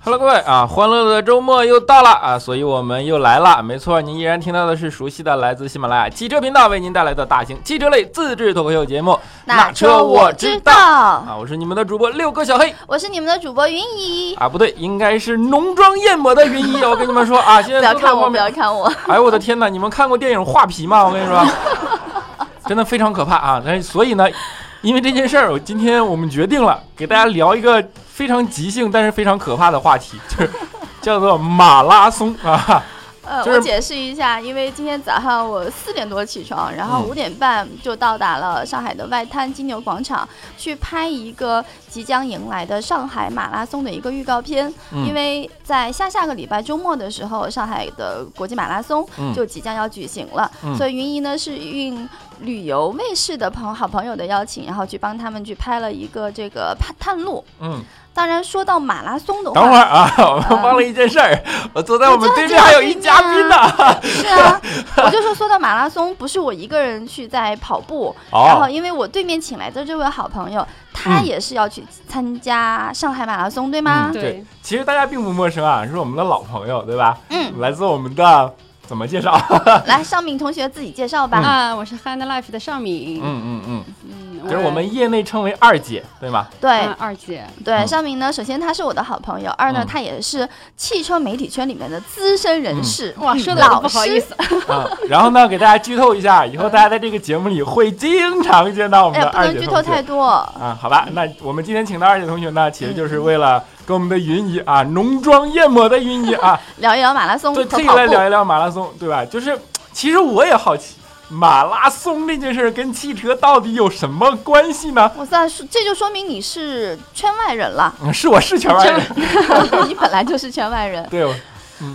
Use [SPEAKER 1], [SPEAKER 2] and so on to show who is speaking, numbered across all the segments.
[SPEAKER 1] Hello，各位啊，欢乐的周末又到了啊，所以我们又来了。没错，您依然听到的是熟悉的来自喜马拉雅汽车频道为您带来的大型汽车类自制脱口秀节目《那车我知道》
[SPEAKER 2] 道，
[SPEAKER 1] 啊，我是你们的主播六哥小黑
[SPEAKER 2] 我是你们的主播云姨。
[SPEAKER 1] 啊，不对，应该是浓妆艳抹的云姨。我跟你们说啊，现在
[SPEAKER 2] 不要
[SPEAKER 1] 都在
[SPEAKER 2] 看我，
[SPEAKER 1] 外
[SPEAKER 2] 不
[SPEAKER 1] 面
[SPEAKER 2] 要 看我，
[SPEAKER 1] 哎呦我的天哪！你们看过电影《画皮》吗？我跟你说，真的非常可怕啊！但是所以呢，因为这件事儿，我今天我们决定了给大家聊一个非常即兴但是非常可怕的话题，就是叫做马拉松啊。
[SPEAKER 2] 呃，
[SPEAKER 1] 就是
[SPEAKER 2] 我解释一下，因为今天早上我四点多起床，然后
[SPEAKER 1] 嗯
[SPEAKER 2] 五点半就到达了上海的外滩金牛广场，去拍一个即将迎来的上海马拉松的一个预告片。因
[SPEAKER 1] 嗯
[SPEAKER 2] 为在下下个礼拜周末的时候，上海的国际马拉松
[SPEAKER 1] 嗯
[SPEAKER 2] 就即将要举行了，
[SPEAKER 1] 嗯
[SPEAKER 2] 所以云姨呢是应旅游卫视的朋好朋友的邀请，然后去帮他们去拍了一个这个探探路。
[SPEAKER 1] 嗯，
[SPEAKER 2] 当然，说到马拉松的话，
[SPEAKER 1] 等会儿啊，我们忘了一件事儿，我坐在我们对面还有一嘉宾呢。
[SPEAKER 2] 是啊， 我就说说到马拉松，不是我一个人去在跑步，然后
[SPEAKER 1] 哦，
[SPEAKER 2] 因为我对面请来的这位好朋友，他
[SPEAKER 1] 嗯
[SPEAKER 2] 也是要去参加上海马拉松，对
[SPEAKER 1] 嗯？
[SPEAKER 2] 吗
[SPEAKER 3] 啊对，
[SPEAKER 1] 其实大家并不陌生啊，是我们的老朋友，对吧？
[SPEAKER 2] 嗯，
[SPEAKER 1] 来自我们的怎么介绍？
[SPEAKER 2] 来，尚敏同学自己介绍吧。
[SPEAKER 3] 啊，我是 Hand Life 的尚敏，
[SPEAKER 1] 嗯嗯
[SPEAKER 3] 嗯，
[SPEAKER 1] 嗯，就是我们业内称为二姐，对吗？
[SPEAKER 2] 对
[SPEAKER 3] 嗯，二姐，
[SPEAKER 2] 对，
[SPEAKER 1] 嗯
[SPEAKER 2] 尚明呢，首先他是我的好朋友，二呢，
[SPEAKER 1] 嗯
[SPEAKER 2] 他也是汽车媒体圈里面的资深人士，
[SPEAKER 1] 嗯
[SPEAKER 3] 哇，说的
[SPEAKER 2] 老
[SPEAKER 3] 不好
[SPEAKER 2] 师
[SPEAKER 3] 意。思，
[SPEAKER 1] 啊，然后呢，给大家剧透一下，以后大家在这个节目里会经常见到我们
[SPEAKER 2] 哎
[SPEAKER 1] 的
[SPEAKER 2] 呀，不
[SPEAKER 1] 二
[SPEAKER 2] 能
[SPEAKER 1] 姐
[SPEAKER 2] 剧
[SPEAKER 1] 同
[SPEAKER 2] 透
[SPEAKER 1] 学
[SPEAKER 2] 太。多。
[SPEAKER 1] 啊，好吧，那我们今天请到二姐同学呢，其实就是为了跟我们的云姨啊，浓妆艳抹的云姨啊，
[SPEAKER 2] 聊一聊马拉松
[SPEAKER 1] 对，
[SPEAKER 2] 和
[SPEAKER 1] 特
[SPEAKER 2] 跑
[SPEAKER 1] 意来聊
[SPEAKER 2] 步，
[SPEAKER 1] 一聊马拉松，对吧？就是其实我也好奇，马拉松这件事儿跟汽车到底有什么关系呢？
[SPEAKER 2] 我算是这就说明你是圈外人了，
[SPEAKER 1] 嗯是我是圈外人，
[SPEAKER 2] 你本来就是圈外人。
[SPEAKER 1] 对，我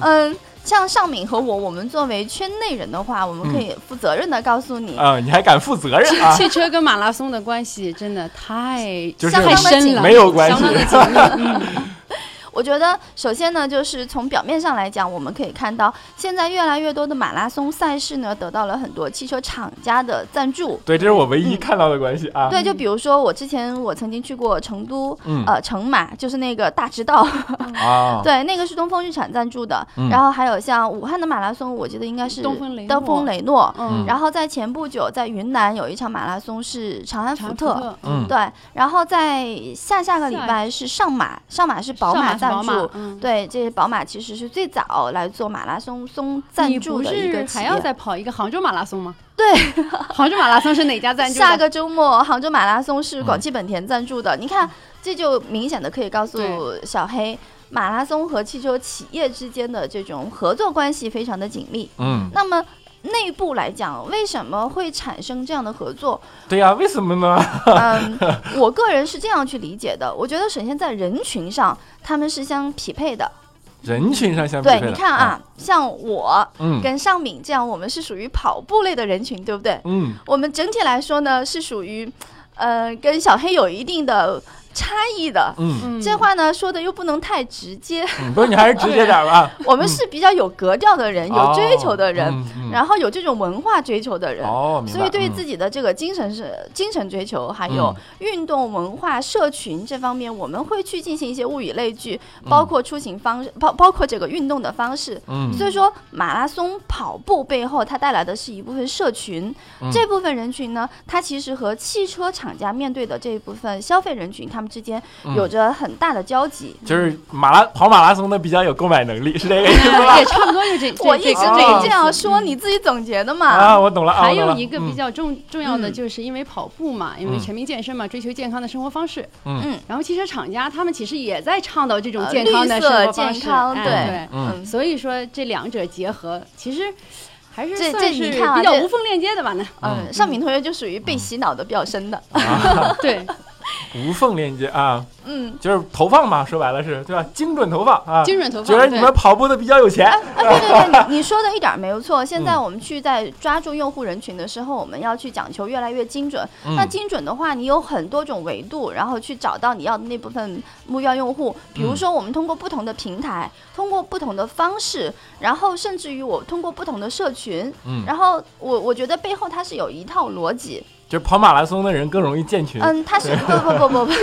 [SPEAKER 2] 嗯，像尚敏和我，我们作为圈内人的话，我们可以负责任的告诉你，
[SPEAKER 1] 啊，你还敢负责任 啊？
[SPEAKER 3] 汽车跟马拉松的关系真的太
[SPEAKER 1] 就是
[SPEAKER 2] 相当
[SPEAKER 3] 太
[SPEAKER 2] 的
[SPEAKER 3] 深
[SPEAKER 2] 紧
[SPEAKER 3] 了，
[SPEAKER 1] 没有关系
[SPEAKER 3] 相当的紧密
[SPEAKER 2] 我觉得，首先呢，就是从表面上来讲，我们可以看到，现在越来越多的马拉松赛事呢，得到了很多汽车厂家的赞助。
[SPEAKER 1] 对，这是我唯一看到的关系啊。
[SPEAKER 2] 对，就比如说我之前我曾经去过成都，
[SPEAKER 1] 嗯
[SPEAKER 2] 呃，成马就是那个大直道，
[SPEAKER 1] 啊，
[SPEAKER 2] 对，那个是东风日产赞助的。
[SPEAKER 1] 嗯
[SPEAKER 2] 然后还有像武汉的马拉松，我记得应该是
[SPEAKER 3] 东风雷诺
[SPEAKER 2] 东风雷诺。
[SPEAKER 1] 嗯
[SPEAKER 3] 嗯，
[SPEAKER 2] 然后在前不久，在云南有一场马拉松是长安
[SPEAKER 3] 查
[SPEAKER 2] 福
[SPEAKER 3] 福
[SPEAKER 2] 特，
[SPEAKER 3] 特，
[SPEAKER 1] 嗯
[SPEAKER 2] 对，然后在下下个礼
[SPEAKER 3] 下一
[SPEAKER 2] 拜是上马，上马是宝
[SPEAKER 3] 上
[SPEAKER 2] 马
[SPEAKER 3] 是
[SPEAKER 2] 赞
[SPEAKER 3] 宝马
[SPEAKER 2] 助，，
[SPEAKER 3] 嗯，
[SPEAKER 2] 对，这宝马其实是最早来做马拉松松赞
[SPEAKER 3] 你
[SPEAKER 2] 助
[SPEAKER 3] 不
[SPEAKER 2] 的一个
[SPEAKER 3] 是
[SPEAKER 2] 企
[SPEAKER 3] 还要
[SPEAKER 2] 业。
[SPEAKER 3] 再跑一个杭州马拉松吗？
[SPEAKER 2] 对，
[SPEAKER 3] 杭州马拉松是哪家赞助的？
[SPEAKER 2] 下个周末杭州马拉松是广
[SPEAKER 1] 嗯
[SPEAKER 2] 汽本田赞助的，你看，这就明显的可以告诉
[SPEAKER 3] 对
[SPEAKER 2] 小黑，马拉松和汽车企业之间的这种合作关系非常的紧密。
[SPEAKER 1] 嗯，
[SPEAKER 2] 那么内部来讲，为什么会产生这样的合作？
[SPEAKER 1] 对呀、为什么呢？
[SPEAKER 2] 嗯，我个人是这样去理解的。我觉得首先在人群上，他们是相匹配的。
[SPEAKER 1] 人群上相匹
[SPEAKER 2] 对，
[SPEAKER 1] 配的
[SPEAKER 2] 你看，啊，像我
[SPEAKER 1] 嗯
[SPEAKER 2] 跟尚敏这样，我们是属于跑步类的人群，对不对？
[SPEAKER 1] 嗯，
[SPEAKER 2] 我们整体来说呢，是属于，呃，跟小黑有一定的差异的。
[SPEAKER 1] 嗯
[SPEAKER 3] 嗯，
[SPEAKER 2] 这话呢说的又不能太直接，
[SPEAKER 1] 嗯，不是你还是直接点儿吧，
[SPEAKER 2] 我们是比较有格调的人， 有追求的人，
[SPEAKER 1] 嗯哦，嗯嗯
[SPEAKER 2] 然后有这种文化追求的人。
[SPEAKER 1] 哦，
[SPEAKER 2] 所以，对自
[SPEAKER 1] 己
[SPEAKER 2] 己的这个精神是、精神追求，还
[SPEAKER 1] 嗯
[SPEAKER 2] 有运动文化、社群这方面，我们会去进行一些物以类聚，包括出行方式，包包括这个运动的方式。
[SPEAKER 1] 嗯
[SPEAKER 2] 所以说，马拉松跑步背后，它带来的是一部分社群，
[SPEAKER 1] 嗯
[SPEAKER 2] 这部分人群呢，它其实和汽车厂家面对的这一部分消费人群，他们之间
[SPEAKER 1] 嗯
[SPEAKER 2] 有着很大的交集。
[SPEAKER 1] 就是马拉跑马拉松的比较有购买能力，是这个意思
[SPEAKER 3] 嗯也差不多就这，这
[SPEAKER 2] 我一
[SPEAKER 3] 这
[SPEAKER 2] 直
[SPEAKER 3] 这
[SPEAKER 1] 个
[SPEAKER 2] 没
[SPEAKER 1] 意思
[SPEAKER 2] 这样说，你自己总结的嘛。
[SPEAKER 1] 啊？我懂了啊，
[SPEAKER 3] 还
[SPEAKER 1] 我懂
[SPEAKER 3] 有
[SPEAKER 1] 了
[SPEAKER 3] 一个比较重重要的，
[SPEAKER 2] 嗯
[SPEAKER 3] 就是因为跑步嘛，因为
[SPEAKER 1] 嗯
[SPEAKER 3] 全民健身嘛，追求健康的生活方式。
[SPEAKER 1] 嗯
[SPEAKER 2] 嗯
[SPEAKER 3] 然后汽车厂家他们其实也在倡导这种
[SPEAKER 2] 呃
[SPEAKER 3] 健康的
[SPEAKER 2] 绿色
[SPEAKER 3] 生活方式，
[SPEAKER 2] 健康
[SPEAKER 3] 哎
[SPEAKER 1] 嗯
[SPEAKER 3] 对。
[SPEAKER 2] 嗯，
[SPEAKER 3] 所以说这两者结合，其实还是
[SPEAKER 2] 这
[SPEAKER 3] 算
[SPEAKER 2] 这
[SPEAKER 3] 是
[SPEAKER 2] 你看啊
[SPEAKER 3] 比较
[SPEAKER 2] 这
[SPEAKER 3] 无缝链接的吧？呢，
[SPEAKER 1] 嗯
[SPEAKER 2] 嗯，尚敏同学就属于被洗脑的比较深的。
[SPEAKER 1] 嗯啊
[SPEAKER 3] 对，
[SPEAKER 1] 无缝链接啊，
[SPEAKER 2] 嗯，
[SPEAKER 1] 就是投放嘛，说白了是对吧？精准投放啊，
[SPEAKER 3] 精准投放。
[SPEAKER 1] 觉得你们跑步的比较有钱
[SPEAKER 2] 啊，啊，对对对，你你说的一点儿没有错。现
[SPEAKER 1] 嗯
[SPEAKER 2] 在我们去在抓住用户人群的时候，我们要去讲求越来越精准。
[SPEAKER 1] 嗯
[SPEAKER 2] 那精准的话，你有很多种维度，然后去找到你要的那部分目标用户。比如
[SPEAKER 1] 嗯
[SPEAKER 2] 说，我们通过不同的平台，通过不同的方式，然后甚至于我通过不同的社群，
[SPEAKER 1] 嗯
[SPEAKER 2] 然后我我觉得背后它是有一套逻辑。
[SPEAKER 1] 就是跑马拉松的人更容易建群。
[SPEAKER 2] 嗯，它是不不不不不，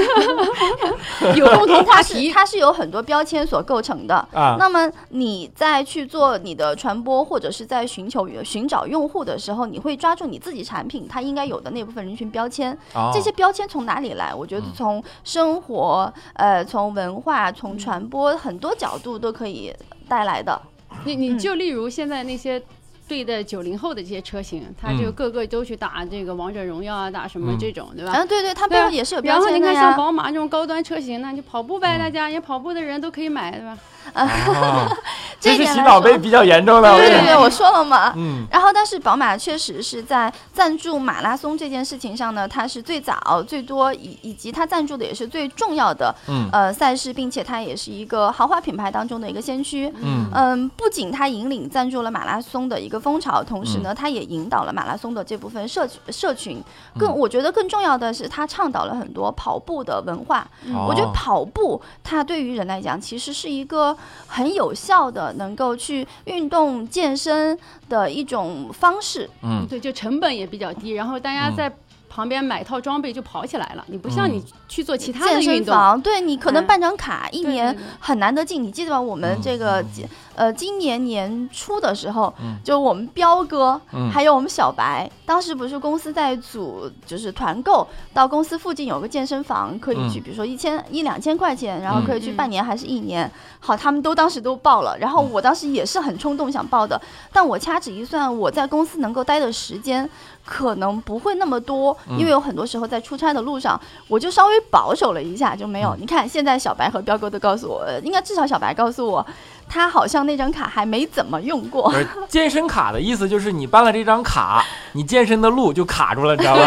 [SPEAKER 3] 有共同话
[SPEAKER 2] 它是
[SPEAKER 3] 题，
[SPEAKER 2] 它是有很多标签所构成的。
[SPEAKER 1] 啊，
[SPEAKER 2] 那么你在去做你的传播，或者是在寻求寻找用户的时候，你会抓住你自己产品它应该有的那部分人群标签。
[SPEAKER 1] 哦
[SPEAKER 2] 这些标签从哪里来？我觉得
[SPEAKER 1] 嗯
[SPEAKER 2] 从生活、呃，从文化、从传播很多角度都可以带来的。
[SPEAKER 3] 你
[SPEAKER 2] 嗯
[SPEAKER 3] 你就例如现在那些对的九零后的这些车型，他就
[SPEAKER 1] 嗯
[SPEAKER 3] 个个都去打这个王者荣耀啊，打什么
[SPEAKER 1] 嗯
[SPEAKER 3] 这种，对吧？
[SPEAKER 2] 嗯，对对，它
[SPEAKER 3] 对
[SPEAKER 2] 背
[SPEAKER 3] 啊
[SPEAKER 2] 后也是有标
[SPEAKER 3] 然后你
[SPEAKER 2] 签的
[SPEAKER 3] 看像
[SPEAKER 1] 啊
[SPEAKER 2] 呀。
[SPEAKER 3] 宝马这种高端车型，那就跑步呗，
[SPEAKER 1] 嗯
[SPEAKER 3] 大家也跑步的人都可以买，对吧？
[SPEAKER 1] 哦 这
[SPEAKER 2] 这一
[SPEAKER 1] 是
[SPEAKER 2] 点
[SPEAKER 1] 洗
[SPEAKER 2] 来
[SPEAKER 1] 脑
[SPEAKER 2] 说
[SPEAKER 1] 被比较严重的，
[SPEAKER 2] 对
[SPEAKER 1] 我跟
[SPEAKER 2] 对
[SPEAKER 1] 你
[SPEAKER 2] 对
[SPEAKER 1] 讲
[SPEAKER 2] 对，我说了嘛。
[SPEAKER 1] 嗯
[SPEAKER 2] 然后，但是宝马确实是在赞助马拉松这件事情上呢，它是最早、最多以以及它赞助的也是最重要的
[SPEAKER 1] 嗯
[SPEAKER 2] 呃赛事，并且它也是一个豪华品牌当中的一个先驱。
[SPEAKER 1] 嗯
[SPEAKER 2] 嗯，不仅它引领赞助了马拉松的一个风潮，同时呢，它也引导了马拉松的这部分社群社群。更
[SPEAKER 1] 嗯
[SPEAKER 2] 我觉得更重要的是，它倡导了很多跑步的文化。我觉得
[SPEAKER 1] 哦
[SPEAKER 2] 跑步它对于人来讲，其实是一个很有效的能够去运动健身的一种方式。
[SPEAKER 1] 嗯
[SPEAKER 3] 对，就成本也比较低，然后大家
[SPEAKER 1] 嗯
[SPEAKER 3] 在旁边买套装备就跑起来了。你不像
[SPEAKER 1] 嗯
[SPEAKER 3] 你去做其他的
[SPEAKER 2] 健身
[SPEAKER 3] 运动，
[SPEAKER 2] 房，对你可能
[SPEAKER 3] 哎
[SPEAKER 2] 办张卡，一
[SPEAKER 3] 对
[SPEAKER 2] 年
[SPEAKER 3] 对对
[SPEAKER 2] 很难得进。你记得吧？我们
[SPEAKER 1] 嗯
[SPEAKER 2] 这个今呃今年年初的时候
[SPEAKER 1] 嗯，
[SPEAKER 2] 就我们彪哥
[SPEAKER 1] 嗯
[SPEAKER 2] 还有我们小白，当时不是公司在组就是团购，到公司附近有个健身房，可以去，
[SPEAKER 1] 嗯
[SPEAKER 2] 比如说一千一两千块钱，然后
[SPEAKER 1] 嗯
[SPEAKER 2] 可以去
[SPEAKER 3] 嗯
[SPEAKER 2] 半年还是一年。好，他们都当时都报了，然后
[SPEAKER 1] 嗯
[SPEAKER 2] 我当时也是很冲动想报的，但我掐指一算，我在公司能够待的时间。可能不会那么多，
[SPEAKER 1] 嗯
[SPEAKER 2] 因为有很多时候在出差的路上，我就稍微保守了一下，就没有。
[SPEAKER 1] 嗯
[SPEAKER 2] 你看，现在小白和彪哥都告诉我，呃应该至少小白告诉我，他好像那张卡还没怎么用过
[SPEAKER 1] 不。是健身卡的意思就是你办了这张卡， 你健身的路就卡住了，你知道吧？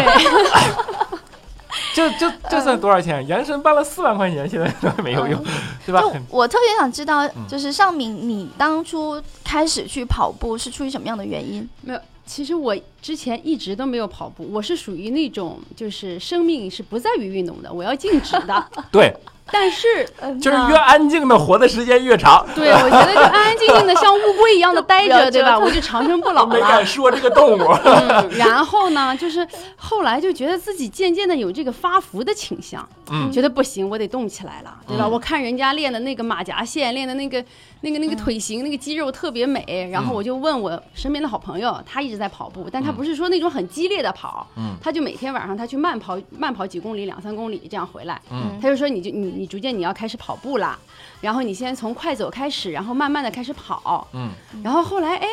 [SPEAKER 1] 这这这算多少钱？杨神办了四万块钱，现在都还没有用，对吧？
[SPEAKER 2] 嗯就我特别想知道，
[SPEAKER 1] 嗯
[SPEAKER 2] 就是尚敏，你当初开始去跑步是出于什么样的原因？
[SPEAKER 3] 没有。其实我之前一直都没有跑步，我是属于那种就是生命是不在于运动的，我要静止 的。
[SPEAKER 1] 对，
[SPEAKER 3] 但是
[SPEAKER 2] 呃
[SPEAKER 1] 就是
[SPEAKER 3] 那
[SPEAKER 1] 越安静的活的时间越长。
[SPEAKER 3] 对，我觉得就安安静静的，像乌龟一样的 待
[SPEAKER 2] 不要
[SPEAKER 3] 着，对
[SPEAKER 2] 折
[SPEAKER 3] 吧？
[SPEAKER 2] 腾
[SPEAKER 3] 我就长生不老
[SPEAKER 1] 我没
[SPEAKER 3] 了
[SPEAKER 1] 敢。说这个动物，
[SPEAKER 3] 嗯，然后呢，就是后来就觉得自己渐渐的有这个发福的倾向，
[SPEAKER 1] 嗯
[SPEAKER 3] 觉得不行，我得动起来了，对吧？
[SPEAKER 1] 嗯
[SPEAKER 3] 我看人家练的那个马甲线，练的那个那个那个腿型、那个肌肉特别美，然
[SPEAKER 1] 嗯
[SPEAKER 3] 后我就问我身边的好朋友，他一直在跑步，但他
[SPEAKER 1] 嗯
[SPEAKER 3] 不是说那种很激烈的跑，
[SPEAKER 1] 嗯
[SPEAKER 3] 他就每天晚上他去慢跑，慢跑几公里，两三公里这样回来，
[SPEAKER 1] 嗯
[SPEAKER 3] 他就说你就你你逐渐你要开始跑步啦，然后你先从快走开始，然后慢慢的开始跑，
[SPEAKER 1] 嗯
[SPEAKER 3] 然后后来哎，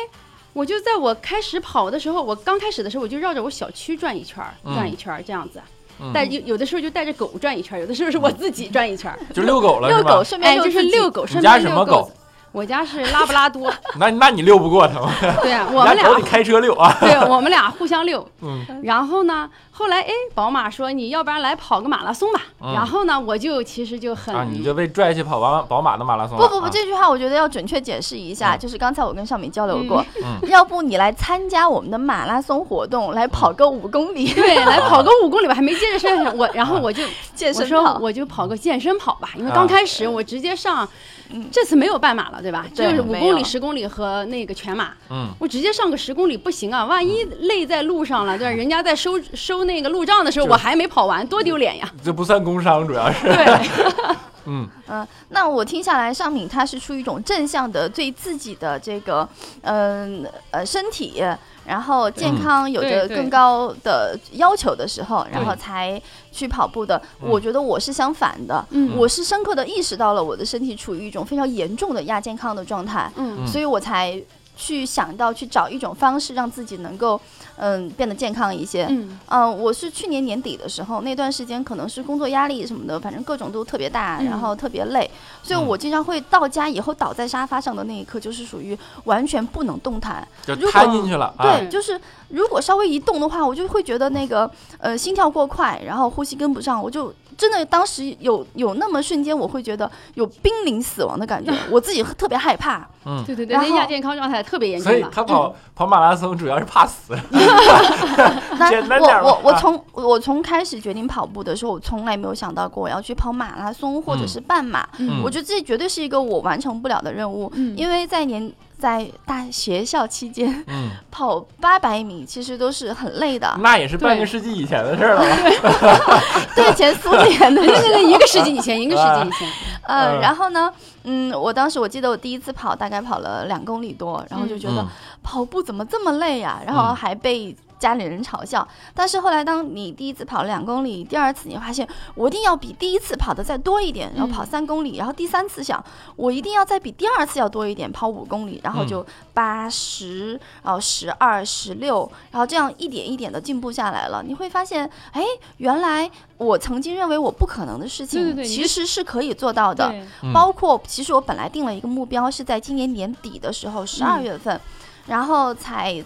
[SPEAKER 3] 我就在我开始跑的时候，我刚开始的时候我就绕着我小区转一圈儿，
[SPEAKER 1] 嗯
[SPEAKER 3] 转一圈儿这样子
[SPEAKER 1] 嗯。
[SPEAKER 3] 带有有的时候就带着狗转一圈儿，有的时候是我自己转一圈儿。
[SPEAKER 1] 就遛狗了
[SPEAKER 2] 遛
[SPEAKER 1] 是
[SPEAKER 2] 狗
[SPEAKER 1] 吧？
[SPEAKER 2] 顺便
[SPEAKER 3] 哎，
[SPEAKER 2] 遛
[SPEAKER 3] 就是
[SPEAKER 2] 自己
[SPEAKER 3] 遛狗，
[SPEAKER 1] 你
[SPEAKER 3] 顺
[SPEAKER 1] 家什
[SPEAKER 3] 便遛
[SPEAKER 1] 么狗？？
[SPEAKER 3] 我家是拉布 拉多。
[SPEAKER 1] 那那你遛不过它吗？
[SPEAKER 3] 对啊，我
[SPEAKER 1] 你
[SPEAKER 3] 们
[SPEAKER 1] 家狗得
[SPEAKER 3] 俩，
[SPEAKER 1] 开车遛啊。
[SPEAKER 3] 对我们俩互相遛。
[SPEAKER 1] 嗯
[SPEAKER 3] 然后呢，后来哎，宝马说你要不然来跑个马拉松吧。
[SPEAKER 1] 嗯
[SPEAKER 3] 然后呢，我就其实就很
[SPEAKER 1] 啊，你就被拽去跑宝马宝马的马拉松了
[SPEAKER 2] 嗯不不不，
[SPEAKER 1] 啊
[SPEAKER 2] 这句话我觉得要准确解释一下，
[SPEAKER 1] 嗯
[SPEAKER 2] 就是刚才我跟尚敏交流过，
[SPEAKER 1] 嗯
[SPEAKER 2] 要不你来参加我们的马拉松活动，来跑个五公里
[SPEAKER 3] 对来跑个五公里吧，还没接着上上我，然后我就
[SPEAKER 2] 健
[SPEAKER 3] 我
[SPEAKER 2] 身
[SPEAKER 3] 说
[SPEAKER 2] 跑。
[SPEAKER 3] 我就跑个健身跑吧，因为
[SPEAKER 1] 啊
[SPEAKER 3] 刚开始我直接上
[SPEAKER 2] 嗯，
[SPEAKER 3] 这次没有半马了，对吧？只
[SPEAKER 2] 对
[SPEAKER 3] 有五
[SPEAKER 2] 没
[SPEAKER 3] 公里、
[SPEAKER 2] 有
[SPEAKER 3] 十公里和那个全马。
[SPEAKER 1] 嗯
[SPEAKER 3] 我直接上个十公里不行啊，万一累在路上了，对吧？人家在收收那个路障的时候，
[SPEAKER 1] 就是
[SPEAKER 3] 我还没跑完，多丢脸呀！
[SPEAKER 1] 这不算工伤，主要是
[SPEAKER 3] 对，
[SPEAKER 1] 嗯
[SPEAKER 2] 嗯，那我听下来，尚敏她是出于一种正向的，对自己的这个嗯呃身体，然后健康有着
[SPEAKER 3] 对对
[SPEAKER 2] 更高的要求的时候，然后
[SPEAKER 1] 对
[SPEAKER 2] 才去跑步的。
[SPEAKER 1] 嗯
[SPEAKER 2] 我觉得我是相反的，
[SPEAKER 3] 嗯
[SPEAKER 2] 我是深刻的意识到了我的身体处于一种非常严重的亚健康的状态，
[SPEAKER 3] 嗯
[SPEAKER 1] 嗯
[SPEAKER 2] 所以我才去想到去找一种方式让自己能够嗯变得健康一些。
[SPEAKER 3] 嗯
[SPEAKER 2] 嗯、我是去年年底的时候，那段时间可能是工作压力什么的，反正各种都特别大，
[SPEAKER 3] 嗯
[SPEAKER 2] 然后特别累，所以
[SPEAKER 1] 嗯
[SPEAKER 2] 我经常会到家以后倒在沙发上的那一刻，就是属于完全不能动弹。
[SPEAKER 1] 就
[SPEAKER 2] 如果
[SPEAKER 1] 摊进去了啊。
[SPEAKER 2] 对，就是如果稍微一动的话，我就会觉得那个呃心跳过快，然后呼吸跟不上，我就真的当时有有那么瞬间，我会觉得有濒临死亡的感觉，我自己特别害 怕。
[SPEAKER 1] 嗯，
[SPEAKER 3] 对对对，
[SPEAKER 2] 然
[SPEAKER 3] 那
[SPEAKER 2] 后
[SPEAKER 3] 亚健康状态特别严
[SPEAKER 1] 所
[SPEAKER 3] 重
[SPEAKER 1] 以
[SPEAKER 3] 了。嗯
[SPEAKER 1] 他跑跑马拉松主要是怕死。
[SPEAKER 2] 那
[SPEAKER 1] 简单点儿
[SPEAKER 2] 我
[SPEAKER 1] 吧
[SPEAKER 2] 我我
[SPEAKER 1] 啊
[SPEAKER 2] 从我从开始决定跑步的时候，我从来没有想到过我要去跑马拉松或者
[SPEAKER 1] 嗯
[SPEAKER 2] 是半马，
[SPEAKER 1] 嗯
[SPEAKER 2] 我觉得这绝对是一个我完成不了的任务，
[SPEAKER 3] 嗯
[SPEAKER 2] 因为在年在大学校期间
[SPEAKER 1] 嗯，
[SPEAKER 2] 跑八百米，其实都是很累
[SPEAKER 3] 啊
[SPEAKER 2] 的。
[SPEAKER 1] 那也是半个世纪以前的事儿了吧？
[SPEAKER 2] 对，前苏联的
[SPEAKER 3] 对对对，一个世纪以前，一个世纪以前，
[SPEAKER 2] 呃，
[SPEAKER 1] 嗯
[SPEAKER 2] 然后呢，嗯，我当时我记得我第一次跑大概跑了两公里多，然后就觉得、
[SPEAKER 1] 嗯
[SPEAKER 2] 跑步怎么这么累呀、然后
[SPEAKER 1] 嗯
[SPEAKER 2] 还被家里人嘲笑。但是后来当你第一次跑两公里，第二次你发现我一定要比第一次跑的再多一点，然后跑
[SPEAKER 3] 嗯
[SPEAKER 2] 三公里，然后第三次想我一定要再比第二次要多一点，跑五公里，然后就八十、然后十二、十六，然后这样一点一点的进步下来了，你会发现，哎，原来我曾经认为我不可能的事情，
[SPEAKER 3] 对对对你
[SPEAKER 2] 其
[SPEAKER 3] 就
[SPEAKER 2] 实是可以做到的。
[SPEAKER 3] 对，
[SPEAKER 1] 嗯
[SPEAKER 2] 包括其实我本来定了一个目标是在今年年底的时候，十二
[SPEAKER 3] 嗯
[SPEAKER 2] 月份，然后才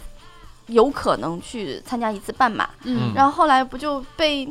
[SPEAKER 2] 有可能去参加一次半马，
[SPEAKER 1] 嗯
[SPEAKER 3] 嗯，
[SPEAKER 2] 然后后来不就被。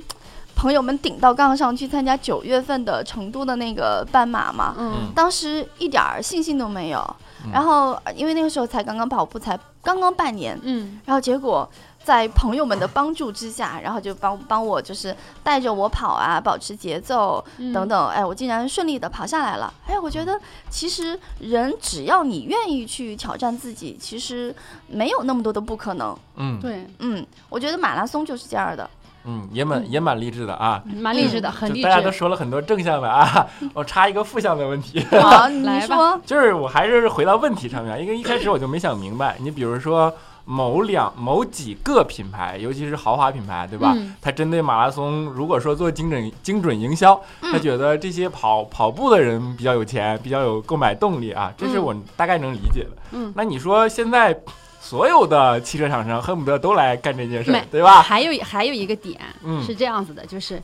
[SPEAKER 2] 朋友们顶到杠上去参加九月份的成都的那个半马嘛，
[SPEAKER 1] 嗯
[SPEAKER 3] 嗯，
[SPEAKER 2] 当时一点儿信心都没有
[SPEAKER 1] 嗯。
[SPEAKER 2] 然后呃因为那个时候才刚刚跑步，才刚刚半年，
[SPEAKER 3] 嗯，
[SPEAKER 2] 然后结果在朋友们的帮助之下，然后就帮帮我就是带着我跑啊，保持节奏，
[SPEAKER 3] 嗯
[SPEAKER 2] 等，等，哎，我竟然顺利的跑下来了。哎，我觉得其实人只要你愿意去挑战自己，其实没有那么多的不可能。
[SPEAKER 1] 嗯
[SPEAKER 3] 对，
[SPEAKER 2] 嗯，我觉得马拉松就是这样 的。
[SPEAKER 1] 嗯，也蛮也蛮励志的啊。
[SPEAKER 3] 蛮励志的，很
[SPEAKER 1] 就
[SPEAKER 3] 励
[SPEAKER 1] 大家都
[SPEAKER 3] 志，
[SPEAKER 1] 说了很多正向的 啊，我插一个负向的问题，
[SPEAKER 2] 好，你
[SPEAKER 3] 来吧
[SPEAKER 2] 说，
[SPEAKER 1] 就是我还是回到问题上面，因为一开始我就没想明白，你比如说某两某几个品牌，尤其是豪华品牌，对吧？
[SPEAKER 3] 嗯
[SPEAKER 1] 它针对马拉松，如果说做精准精准营销，他
[SPEAKER 2] 嗯
[SPEAKER 1] 觉得这些跑跑步的人比较有钱，比较有购买动力啊，这是我大概能理解的。
[SPEAKER 3] 嗯，
[SPEAKER 1] 那你说现在所有的汽车厂商恨不得都来干这件事儿
[SPEAKER 3] 没，
[SPEAKER 1] 对吧？
[SPEAKER 3] 还有还有一个点
[SPEAKER 1] 嗯
[SPEAKER 3] 是这样子的，就是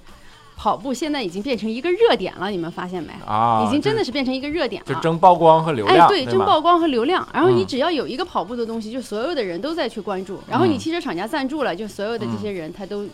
[SPEAKER 3] 跑步现在已经变成一个热点了，你们发现没？
[SPEAKER 1] 啊，
[SPEAKER 3] 已经真的是变成一个热点
[SPEAKER 1] 就
[SPEAKER 3] 了。
[SPEAKER 1] 争曝光和流
[SPEAKER 3] 哎
[SPEAKER 1] 量，，
[SPEAKER 3] 对，
[SPEAKER 1] 吧
[SPEAKER 3] 争曝光和流量。然后你
[SPEAKER 1] 嗯
[SPEAKER 3] 只要有一个跑步的东西，就所有的人都在去关注。然后
[SPEAKER 1] 嗯
[SPEAKER 3] 你汽车厂家赞助了，就所有的这些人他都，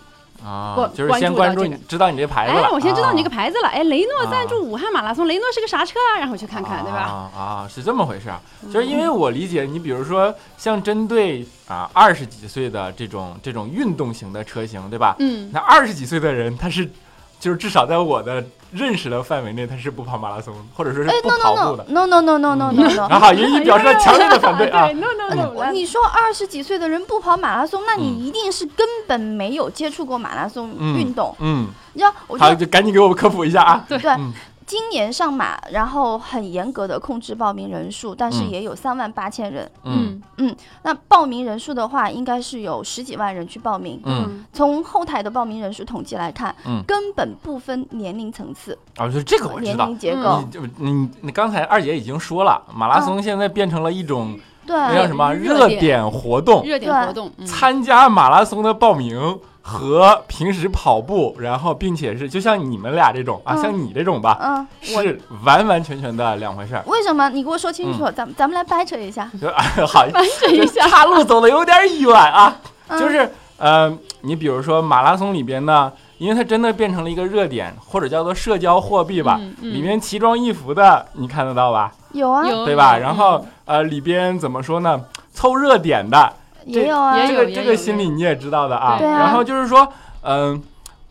[SPEAKER 1] 啊
[SPEAKER 3] 关，
[SPEAKER 1] 就是先关注
[SPEAKER 3] 关注到这
[SPEAKER 1] 你
[SPEAKER 3] 个，
[SPEAKER 1] 知道你这牌子
[SPEAKER 3] 哎
[SPEAKER 1] 了。，
[SPEAKER 3] 我先知道你这个
[SPEAKER 1] 啊
[SPEAKER 3] 牌子了。哎，雷诺赞助武汉马拉松，雷诺是个啥车啊？然后去看看，对吧？
[SPEAKER 1] 啊
[SPEAKER 3] 嗯
[SPEAKER 1] 啊，是这么回事儿。就是因为我理解，你比如说像针对啊二十几岁的这种这种运动型的车型，对吧？
[SPEAKER 3] 嗯，
[SPEAKER 1] 那二十几岁的人，他是就是至少在我的认识的范围内，他是不跑马拉松，或者说是
[SPEAKER 2] 哎嗯
[SPEAKER 1] 不跑步的。
[SPEAKER 2] ，no no no no
[SPEAKER 3] 嗯
[SPEAKER 2] no no no
[SPEAKER 1] 然
[SPEAKER 2] no。
[SPEAKER 1] 后云姨啊表示了强烈的反对啊
[SPEAKER 3] 对！，no no no，
[SPEAKER 2] 我
[SPEAKER 3] 来
[SPEAKER 2] 你说二十几岁的人不跑马拉松，那
[SPEAKER 1] 嗯
[SPEAKER 2] 你一定是根本没有接触过马拉松
[SPEAKER 1] 嗯
[SPEAKER 2] 运动。
[SPEAKER 1] 嗯，
[SPEAKER 2] 你知道，我觉
[SPEAKER 1] 好，
[SPEAKER 2] 得
[SPEAKER 1] 就赶紧给我们科普一下啊！
[SPEAKER 2] 对
[SPEAKER 1] 嗯
[SPEAKER 2] 今年上马，然后很严格的控制报名人数，但是
[SPEAKER 1] 嗯
[SPEAKER 2] 也有三万八千人。
[SPEAKER 1] 嗯
[SPEAKER 3] 嗯
[SPEAKER 2] 那报名人数的话，应该是有十几万人去报名。
[SPEAKER 1] 嗯，
[SPEAKER 2] 从后台的报名人数统计来看，
[SPEAKER 1] 嗯
[SPEAKER 2] 根本不分年龄层次、
[SPEAKER 1] 啊，就这个我知
[SPEAKER 2] 年
[SPEAKER 1] 道
[SPEAKER 2] 龄。结
[SPEAKER 3] 嗯
[SPEAKER 2] 构
[SPEAKER 1] 你。就你你刚才二姐已经说了，马拉松现在变成了一种那叫
[SPEAKER 2] 对，
[SPEAKER 1] 什么热
[SPEAKER 3] 热点
[SPEAKER 1] 点活动，
[SPEAKER 3] 热点活动，嗯
[SPEAKER 1] 参加马拉松的报名和平时跑步，然后并且是就像你们俩这种啊，
[SPEAKER 2] 嗯
[SPEAKER 1] 像你这种吧，
[SPEAKER 2] 嗯，我
[SPEAKER 1] 是完完全全的两回事儿。
[SPEAKER 2] 为什么？你给我说清楚，
[SPEAKER 1] 嗯
[SPEAKER 2] 咱们咱们来掰扯一下。
[SPEAKER 1] 就啊好，
[SPEAKER 3] 翻这一下，
[SPEAKER 1] 岔路走的有点远啊，
[SPEAKER 2] 嗯
[SPEAKER 1] 就是呃，你比如说马拉松里边呢，因为它真的变成了一个热点，或者叫做社交货币吧，
[SPEAKER 3] 嗯嗯
[SPEAKER 1] 里面奇装异服的你看得到吧，
[SPEAKER 2] 有啊，
[SPEAKER 3] 有
[SPEAKER 1] 对吧？
[SPEAKER 3] 有
[SPEAKER 1] 然后呃，里边怎么说呢？凑热点的，
[SPEAKER 2] 也有啊
[SPEAKER 3] 也，
[SPEAKER 1] 这
[SPEAKER 3] 哎有
[SPEAKER 1] 个这个
[SPEAKER 3] 有
[SPEAKER 1] 心理你也知道的啊。
[SPEAKER 3] 对
[SPEAKER 2] 啊
[SPEAKER 1] 然后就是说，嗯、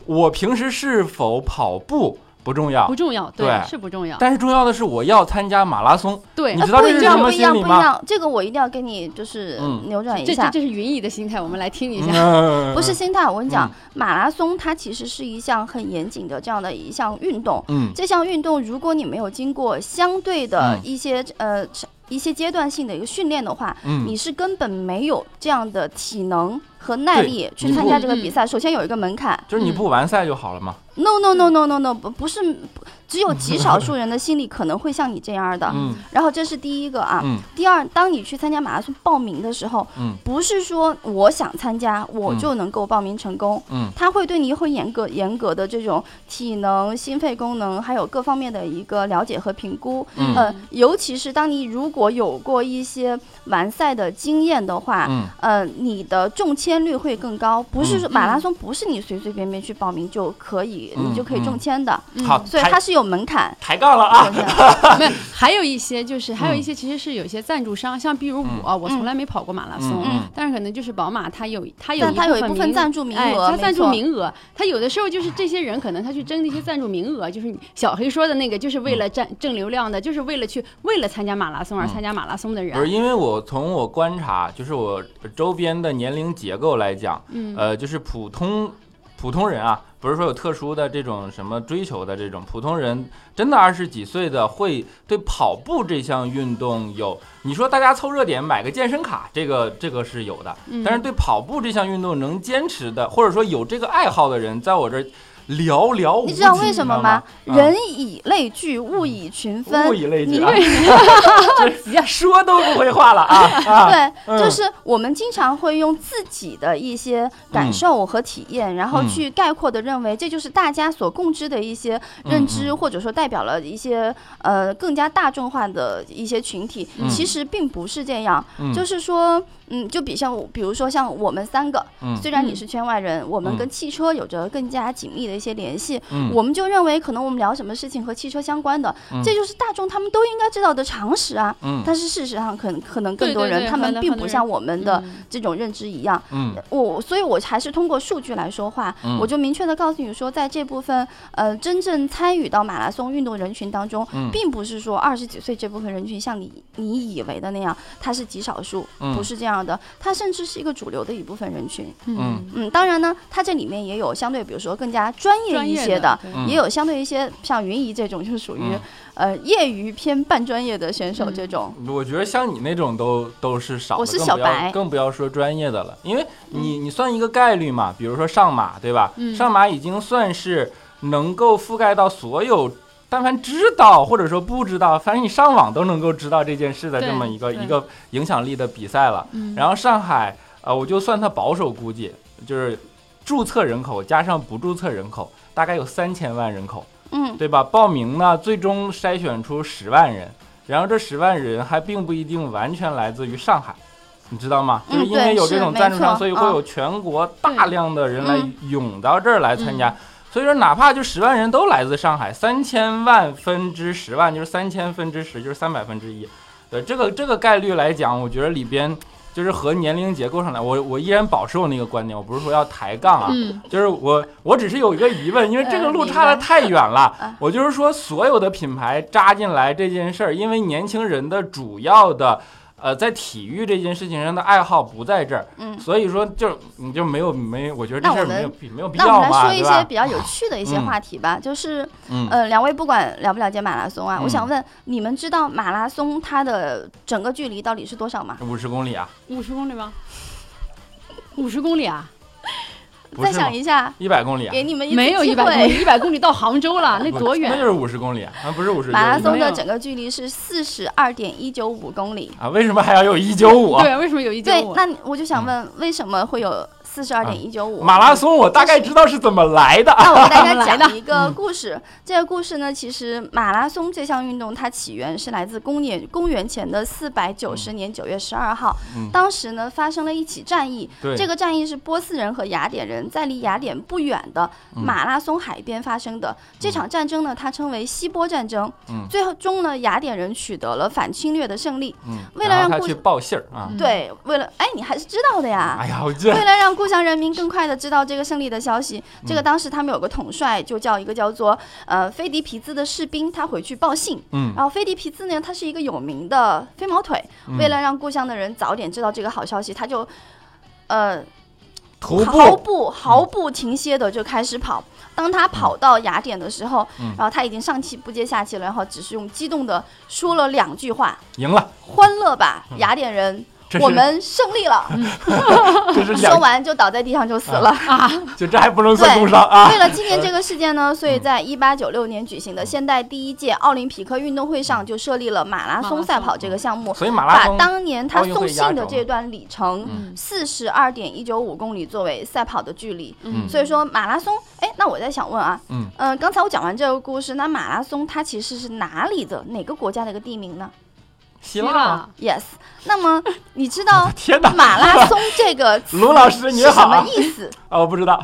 [SPEAKER 1] 我平时是否跑步不重要
[SPEAKER 3] 不，重要，
[SPEAKER 1] 对
[SPEAKER 3] 是不重要，
[SPEAKER 1] 但是重要的是我要参加马拉松。
[SPEAKER 3] 对
[SPEAKER 1] 你
[SPEAKER 2] 呃
[SPEAKER 1] 知道
[SPEAKER 2] 不
[SPEAKER 1] 这
[SPEAKER 2] 一
[SPEAKER 1] 是
[SPEAKER 2] 样
[SPEAKER 1] 什么
[SPEAKER 2] 不一样，
[SPEAKER 1] 心理
[SPEAKER 2] 不一
[SPEAKER 1] 吗
[SPEAKER 2] 样。这个我一定要跟你就是
[SPEAKER 1] 嗯
[SPEAKER 2] 扭转一
[SPEAKER 3] 这这
[SPEAKER 2] 下。
[SPEAKER 3] 这是云姨的心态，我们来听一下。
[SPEAKER 1] 嗯，
[SPEAKER 2] 不是，心态，我跟你讲
[SPEAKER 1] 嗯，
[SPEAKER 2] 马拉松它其实是一项很严谨的这样的一项运动。
[SPEAKER 1] 嗯
[SPEAKER 2] 这项运动如果你没有经过相对的
[SPEAKER 1] 嗯
[SPEAKER 2] 一些、呃一些阶段性的一个训练的话，
[SPEAKER 1] 嗯，
[SPEAKER 2] 你是根本没有这样的体能和耐
[SPEAKER 1] 对
[SPEAKER 2] 力
[SPEAKER 1] 你嗯
[SPEAKER 2] 去参加
[SPEAKER 3] 不
[SPEAKER 2] 这个比赛。首先有一个门槛
[SPEAKER 1] 就是你
[SPEAKER 3] 嗯
[SPEAKER 1] 不完赛就好了嘛。
[SPEAKER 2] ，no no no no no no，不不是不只有极少数人的心理可能会像你这样的。
[SPEAKER 1] 嗯
[SPEAKER 2] 然后这是第一个啊，
[SPEAKER 1] 嗯
[SPEAKER 2] 第二，当你去参加马拉松报名的时候，
[SPEAKER 1] 嗯
[SPEAKER 2] 不是说我想参加我
[SPEAKER 1] 嗯
[SPEAKER 2] 就能够报名成功，
[SPEAKER 1] 嗯
[SPEAKER 2] 它会对你会严格严格的这种体能、心肺功能还有各方面的一个了解和评估。
[SPEAKER 1] 嗯
[SPEAKER 2] 呃，尤其是当你如果有过一些完赛的经验的话，
[SPEAKER 1] 嗯
[SPEAKER 2] 呃，你的中签率会更高。不是说
[SPEAKER 3] 嗯
[SPEAKER 2] 马拉松不是你随随便便去报名就可以，
[SPEAKER 1] 嗯
[SPEAKER 2] 你就可以中签的，
[SPEAKER 3] 嗯
[SPEAKER 1] 好，
[SPEAKER 2] 所以
[SPEAKER 1] 还
[SPEAKER 2] 它是有门槛。
[SPEAKER 1] 抬杠了啊！
[SPEAKER 2] 就这样
[SPEAKER 3] 没有，还有一些就是还有一
[SPEAKER 1] 嗯
[SPEAKER 3] 些其实是有一些赞助商，像比如
[SPEAKER 2] 嗯
[SPEAKER 3] 我，我从来没跑过马拉松
[SPEAKER 1] 嗯嗯，
[SPEAKER 3] 但是可能就是宝马，它有它有
[SPEAKER 2] 但它有一部分
[SPEAKER 3] 名
[SPEAKER 2] 赞助名
[SPEAKER 3] 哎
[SPEAKER 2] 额，
[SPEAKER 3] 他
[SPEAKER 2] 没
[SPEAKER 3] 赞助
[SPEAKER 2] 错
[SPEAKER 3] 名额，他有的时候就是这些人可能他去争那些赞助名额，就是你小黑说的那个，就是
[SPEAKER 2] 嗯
[SPEAKER 3] 为了占挣流量的，就是为了去为了参加马拉松而
[SPEAKER 1] 嗯
[SPEAKER 3] 参加马拉松的人
[SPEAKER 1] 不。是因为我从我观察，就是我周边的年龄结构来讲，
[SPEAKER 3] 嗯
[SPEAKER 1] 呃，就是普通普通人啊，不是说有特殊的这种什么追求的这种普通人，真的二十几岁的会对跑步这项运动有，你说大家凑热点买个健身卡，这个这个是有的，
[SPEAKER 3] 嗯
[SPEAKER 1] 但是对跑步这项运动能坚持的，或者说有这个爱好的人，在我这儿寥寥无几，
[SPEAKER 2] 你知道为什么
[SPEAKER 1] 你知道
[SPEAKER 2] 吗
[SPEAKER 1] 吗？？
[SPEAKER 2] 人以类聚，物以群分。
[SPEAKER 1] 物以类
[SPEAKER 3] 你
[SPEAKER 1] 聚、啊， 这说都不会话了啊啊！
[SPEAKER 2] 对，
[SPEAKER 1] 嗯
[SPEAKER 2] 就是我们经常会用自己的一些
[SPEAKER 1] 嗯
[SPEAKER 2] 感受和体验，然后去概括的认为这就是大家所共知的一些 认
[SPEAKER 1] 嗯
[SPEAKER 2] 知，或者说代表了一些呃更加大众化的一些群体。
[SPEAKER 1] 嗯
[SPEAKER 2] 其实并不是这样，
[SPEAKER 1] 嗯
[SPEAKER 2] 就是说，嗯，就比像我比如说像我们三个，
[SPEAKER 1] 嗯
[SPEAKER 2] 虽然你
[SPEAKER 3] 嗯
[SPEAKER 2] 是圈外人，我们
[SPEAKER 1] 嗯
[SPEAKER 2] 跟汽车有着更加紧密的一些联系，
[SPEAKER 1] 嗯
[SPEAKER 2] 我们就认为可能我们聊什么事情和汽车相关的，
[SPEAKER 1] 嗯
[SPEAKER 2] 这就是大众他们都应该知道的常识啊。
[SPEAKER 1] 嗯
[SPEAKER 2] 但是事实上可，能可能更
[SPEAKER 3] 对
[SPEAKER 2] 多
[SPEAKER 3] 对
[SPEAKER 2] 人
[SPEAKER 3] 对
[SPEAKER 2] 他
[SPEAKER 3] 很
[SPEAKER 2] 们
[SPEAKER 3] 多
[SPEAKER 2] 并
[SPEAKER 3] 很
[SPEAKER 2] 不
[SPEAKER 3] 多
[SPEAKER 2] 像我们的
[SPEAKER 3] 嗯
[SPEAKER 2] 这种认知一样。
[SPEAKER 1] 嗯
[SPEAKER 2] 我所以，我还是通过数据来说话。
[SPEAKER 1] 嗯
[SPEAKER 2] 我就明确的告诉你说，在这部分呃真正参与到马拉松运动人群当中，
[SPEAKER 1] 嗯
[SPEAKER 2] 并不是说二十几岁这部分人群像你你以为的那样，他是极少数，
[SPEAKER 1] 嗯
[SPEAKER 2] 不是这样的，他甚至是一个主流的一部分人群。
[SPEAKER 1] 嗯
[SPEAKER 2] 嗯，当然呢，它这里面也有相对，比如说更加专业
[SPEAKER 3] 专
[SPEAKER 2] 一
[SPEAKER 3] 业
[SPEAKER 2] 些
[SPEAKER 3] 的
[SPEAKER 2] 的，
[SPEAKER 3] 对
[SPEAKER 1] 嗯
[SPEAKER 2] 也有相对一些像云姨这种，就是属于、
[SPEAKER 1] 嗯
[SPEAKER 2] 呃业余偏半专业的选
[SPEAKER 3] 嗯
[SPEAKER 2] 手这种。
[SPEAKER 1] 我觉得像你那种都都是少的，
[SPEAKER 2] 我是
[SPEAKER 1] 更
[SPEAKER 2] 小
[SPEAKER 1] 不要
[SPEAKER 2] 白嗯
[SPEAKER 1] 更不要说专业的了，因为你你算一个概率嘛，比如说上马，对吧？
[SPEAKER 3] 嗯
[SPEAKER 1] 上马已经算是能够覆盖到所有，但凡知道或者说不知道，反正你上网都能够知道这件事的
[SPEAKER 3] 对
[SPEAKER 1] 这么一个
[SPEAKER 3] 对
[SPEAKER 1] 一个影响力的比赛了。
[SPEAKER 3] 嗯
[SPEAKER 1] 然后上海，呃，我就算它保守估计，就是注册人口加上不注册人口，大概有三千万人口。
[SPEAKER 2] 嗯，
[SPEAKER 1] 对吧？报名呢，最终筛选出十万人，然后这十万人还并不一定完全来自于上海，你知道吗？
[SPEAKER 2] 嗯
[SPEAKER 1] 就是因为
[SPEAKER 2] 对
[SPEAKER 1] 有这
[SPEAKER 2] 是
[SPEAKER 1] 种
[SPEAKER 2] 没
[SPEAKER 1] 赞助商，
[SPEAKER 2] 错
[SPEAKER 1] 所以
[SPEAKER 2] 嗯
[SPEAKER 1] 会有全国大量的人来
[SPEAKER 2] 嗯
[SPEAKER 1] 涌到这儿来参加。所以说，哪怕就十万人都来自上海，三千万分之十万就是三千分之十，就是三百分之一。对这个这个概率来讲，我觉得里边就是和年龄结构上来，我我依然保持我那个观点，我不是说要抬杠啊，
[SPEAKER 3] 嗯
[SPEAKER 1] 就是我，我只是有一个疑问，因为这个
[SPEAKER 2] 呃
[SPEAKER 1] 路
[SPEAKER 2] 明
[SPEAKER 1] 差的
[SPEAKER 2] 白
[SPEAKER 1] 太远了
[SPEAKER 2] 啊。
[SPEAKER 1] 我就是说，所有的品牌扎进来这件事儿，因为年轻人的主要的，呃，在体育这件事情上的爱好不在这儿，
[SPEAKER 2] 嗯
[SPEAKER 1] 所以说就你就没有没，我觉得这
[SPEAKER 2] 那
[SPEAKER 1] 事儿
[SPEAKER 2] 我们
[SPEAKER 1] 没有必没有必
[SPEAKER 2] 那我
[SPEAKER 1] 要
[SPEAKER 2] 们
[SPEAKER 1] 嘛，
[SPEAKER 2] 来说一
[SPEAKER 1] 对
[SPEAKER 2] 些
[SPEAKER 1] 吧？
[SPEAKER 2] 比较有趣的一些
[SPEAKER 1] 嗯
[SPEAKER 2] 话题吧，就是
[SPEAKER 1] 嗯
[SPEAKER 2] 呃，两位不管了不了解马拉松啊，我想
[SPEAKER 1] 嗯
[SPEAKER 2] 问你们知道马拉松它的整个距离到底是多少吗？
[SPEAKER 1] 五十公里啊，
[SPEAKER 3] 五十公里吗？五十公里啊，
[SPEAKER 1] 不
[SPEAKER 2] 再
[SPEAKER 1] 是
[SPEAKER 2] 想一下，
[SPEAKER 1] 一百公里啊
[SPEAKER 2] 给，你们一次
[SPEAKER 3] 没有
[SPEAKER 2] 哎机
[SPEAKER 3] 一百公
[SPEAKER 2] 会
[SPEAKER 3] 里，一百公里到杭州了，那
[SPEAKER 1] 不
[SPEAKER 3] 多
[SPEAKER 1] 那就
[SPEAKER 3] 远？
[SPEAKER 1] 是五十公里啊，啊不是五十。
[SPEAKER 2] 马拉松
[SPEAKER 1] 就是
[SPEAKER 2] 的
[SPEAKER 3] 没有
[SPEAKER 2] 整个距离是四十二点一九五公里。
[SPEAKER 1] 啊，为什么还要有一九五？啊
[SPEAKER 3] 对，为什么有一九
[SPEAKER 2] 对，
[SPEAKER 3] 五？
[SPEAKER 2] 那我就想问，为什么会有四十二点一九五？
[SPEAKER 1] 嗯啊马拉松我大概知道是怎么来的。
[SPEAKER 2] 那我给大
[SPEAKER 3] 怎么
[SPEAKER 2] 家
[SPEAKER 3] 来
[SPEAKER 2] 讲一个
[SPEAKER 1] 嗯
[SPEAKER 2] 故事。这个故事呢，其实马拉松这项运动它起源是来自公元公元前的四百九十年九月十二号，
[SPEAKER 1] 嗯
[SPEAKER 2] 当时呢发生了一起战役。
[SPEAKER 1] 对，
[SPEAKER 2] 这个战役是波斯人和雅典人在离雅典不远的
[SPEAKER 1] 嗯
[SPEAKER 2] 马拉松海边发生的。这场战争呢，它称为希波战争。
[SPEAKER 1] 嗯
[SPEAKER 2] 最后终呢，雅典人取得了反侵略的胜利。
[SPEAKER 1] 嗯，
[SPEAKER 2] 为了
[SPEAKER 1] 然后
[SPEAKER 2] 让
[SPEAKER 1] 他
[SPEAKER 2] 故
[SPEAKER 1] 去
[SPEAKER 2] 事
[SPEAKER 1] 报信儿啊。
[SPEAKER 3] 嗯
[SPEAKER 2] 对，为了哎，你还是知道的呀。
[SPEAKER 1] 哎呀，嗯我这
[SPEAKER 2] 为了让故乡人民更快地知道这个胜利的消息，这个当时他们有个统帅，就叫一个叫做呃菲迪皮兹的士兵，他回去报信。
[SPEAKER 1] 嗯嗯
[SPEAKER 2] 然后菲迪皮兹呢，他是一个有名的飞毛腿，为了让故乡的人早点知道这个好消息，他就呃
[SPEAKER 1] 徒
[SPEAKER 2] 毫
[SPEAKER 1] 步
[SPEAKER 2] 不毫不停歇的就开始跑。当他跑到雅典的时候，
[SPEAKER 1] 嗯
[SPEAKER 2] 然后他已经上气不接下气了，然后只是用激动的说了两句话
[SPEAKER 1] 赢了。：“
[SPEAKER 2] 欢乐吧，雅典人，
[SPEAKER 1] 嗯这是
[SPEAKER 2] 我们胜利了。”
[SPEAKER 1] 这是
[SPEAKER 2] 说
[SPEAKER 1] 两，
[SPEAKER 2] 完就倒在地上就死了。
[SPEAKER 1] 就这还不能算重伤啊嗯
[SPEAKER 2] 为！了纪念这个事件呢，所以在一八九六年举行的现代第一届奥林匹克运动会上，就设立了马拉松赛跑这个项目，
[SPEAKER 1] 所以马拉
[SPEAKER 2] 把
[SPEAKER 1] 松，
[SPEAKER 2] 当年他送信的这段里
[SPEAKER 1] 嗯
[SPEAKER 2] 程四十二点一九五公里作为赛跑的距离。
[SPEAKER 1] 嗯
[SPEAKER 2] 所以说马拉松，哎，那我在想问啊，
[SPEAKER 1] 嗯
[SPEAKER 2] 呃，刚才我讲完这个故事，那马拉松它其实是哪里的哪个国家的一个地名呢？
[SPEAKER 1] 希腊，
[SPEAKER 2] Yes，那么你知道
[SPEAKER 1] 天哪！
[SPEAKER 2] 马拉松这个词
[SPEAKER 1] 卢老师您
[SPEAKER 2] 是什
[SPEAKER 1] 好
[SPEAKER 2] 么意思？
[SPEAKER 1] 啊，我不知道，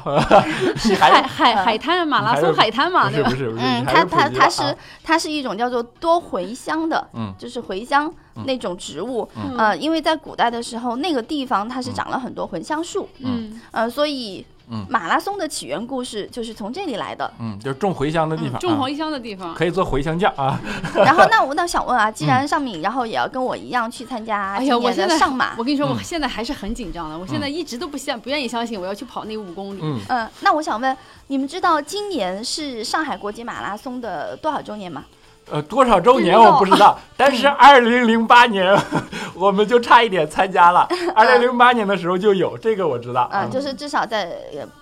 [SPEAKER 3] 是海海海滩马拉松海滩
[SPEAKER 1] 不
[SPEAKER 3] 嘛，对
[SPEAKER 1] 是
[SPEAKER 3] 吧
[SPEAKER 1] 不？是不是，
[SPEAKER 2] 嗯，
[SPEAKER 1] 你还
[SPEAKER 2] 它
[SPEAKER 1] 是普
[SPEAKER 2] 它
[SPEAKER 1] 及
[SPEAKER 2] 它
[SPEAKER 1] 了
[SPEAKER 2] 是
[SPEAKER 1] 啊
[SPEAKER 2] 它是一种叫做多茴香的，
[SPEAKER 1] 嗯
[SPEAKER 2] 就是茴香
[SPEAKER 1] 嗯
[SPEAKER 2] 那种植物。
[SPEAKER 3] 嗯
[SPEAKER 2] 呃，因为在古代的时候，那个地方它是长了很多茴香树，
[SPEAKER 3] 嗯，
[SPEAKER 2] 呃，所以
[SPEAKER 1] 嗯。
[SPEAKER 2] 马拉松的起源故事就是从这里来的
[SPEAKER 1] 嗯，就是种茴香的地方，
[SPEAKER 2] 嗯
[SPEAKER 3] 种
[SPEAKER 1] 啊
[SPEAKER 3] 茴香的地方，
[SPEAKER 1] 可以做茴香酱啊，
[SPEAKER 2] 然后，那我那想问啊，既然上敏，然后也要跟我一样去参加
[SPEAKER 3] 嗯哎呀，
[SPEAKER 2] 今
[SPEAKER 3] 我
[SPEAKER 2] 年
[SPEAKER 3] 现
[SPEAKER 2] 的
[SPEAKER 3] 在
[SPEAKER 2] 上马，
[SPEAKER 3] 我跟你说，
[SPEAKER 1] 嗯
[SPEAKER 3] 我现在还是很紧张的，我现在一直都不相不愿意相信我要去跑那五公里。
[SPEAKER 1] 嗯，
[SPEAKER 2] 嗯、那我想问，你们知道今年是上海国际马拉松的多少周年吗？
[SPEAKER 1] 呃，多少周年
[SPEAKER 3] 不知道
[SPEAKER 1] 我不知道， 但
[SPEAKER 3] 嗯
[SPEAKER 1] 是二零零八年 我们就差一点参加 了，
[SPEAKER 3] 嗯
[SPEAKER 1] 二零零八年的时候就有这个我知道
[SPEAKER 2] 啊、
[SPEAKER 1] 啊，
[SPEAKER 2] 就是至少在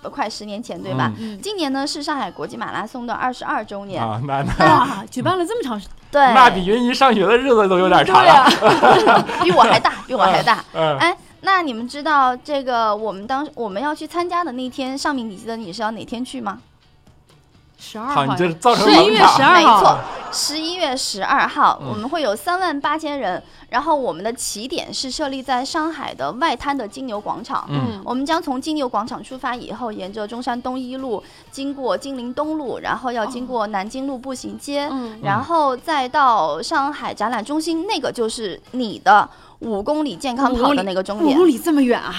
[SPEAKER 2] 呃快十年前，对吧？
[SPEAKER 3] 嗯，
[SPEAKER 2] 今年呢是上海国际马拉松的二十二周年，
[SPEAKER 1] 啊，那
[SPEAKER 2] 哎
[SPEAKER 1] 那
[SPEAKER 3] 哇，举办了这么长时间，
[SPEAKER 2] 对，
[SPEAKER 1] 那比云姨上学的日子都有点长
[SPEAKER 3] 对
[SPEAKER 1] 了，
[SPEAKER 3] 呀，
[SPEAKER 2] 比我还 大，比我还
[SPEAKER 3] 啊
[SPEAKER 2] 大。
[SPEAKER 1] 嗯，
[SPEAKER 2] 哎，那你们知道这个我们当我们要去参加的那天，上面你记得你是要哪天去吗？
[SPEAKER 3] 十二
[SPEAKER 1] 好，
[SPEAKER 3] 号
[SPEAKER 1] 你
[SPEAKER 3] 呀，
[SPEAKER 1] 这是造成
[SPEAKER 3] 十一
[SPEAKER 1] 冷
[SPEAKER 3] 月十
[SPEAKER 1] 场，
[SPEAKER 3] 二
[SPEAKER 2] 没
[SPEAKER 3] 号，
[SPEAKER 2] 错，十一月十二号，
[SPEAKER 1] 嗯
[SPEAKER 2] 我们会有三万八千人，然后我们的起点是设立在上海的外滩的金牛广场。
[SPEAKER 1] 嗯
[SPEAKER 2] 我们将从金牛广场出发，以后沿着中山东一路，经过金陵东路，然后要经过南京路步行街，
[SPEAKER 3] 哦嗯，
[SPEAKER 2] 然后再到上海展览中心，那个就是你的五公里健康跑的那个终
[SPEAKER 3] 五
[SPEAKER 2] 点
[SPEAKER 3] 公。里这么远啊，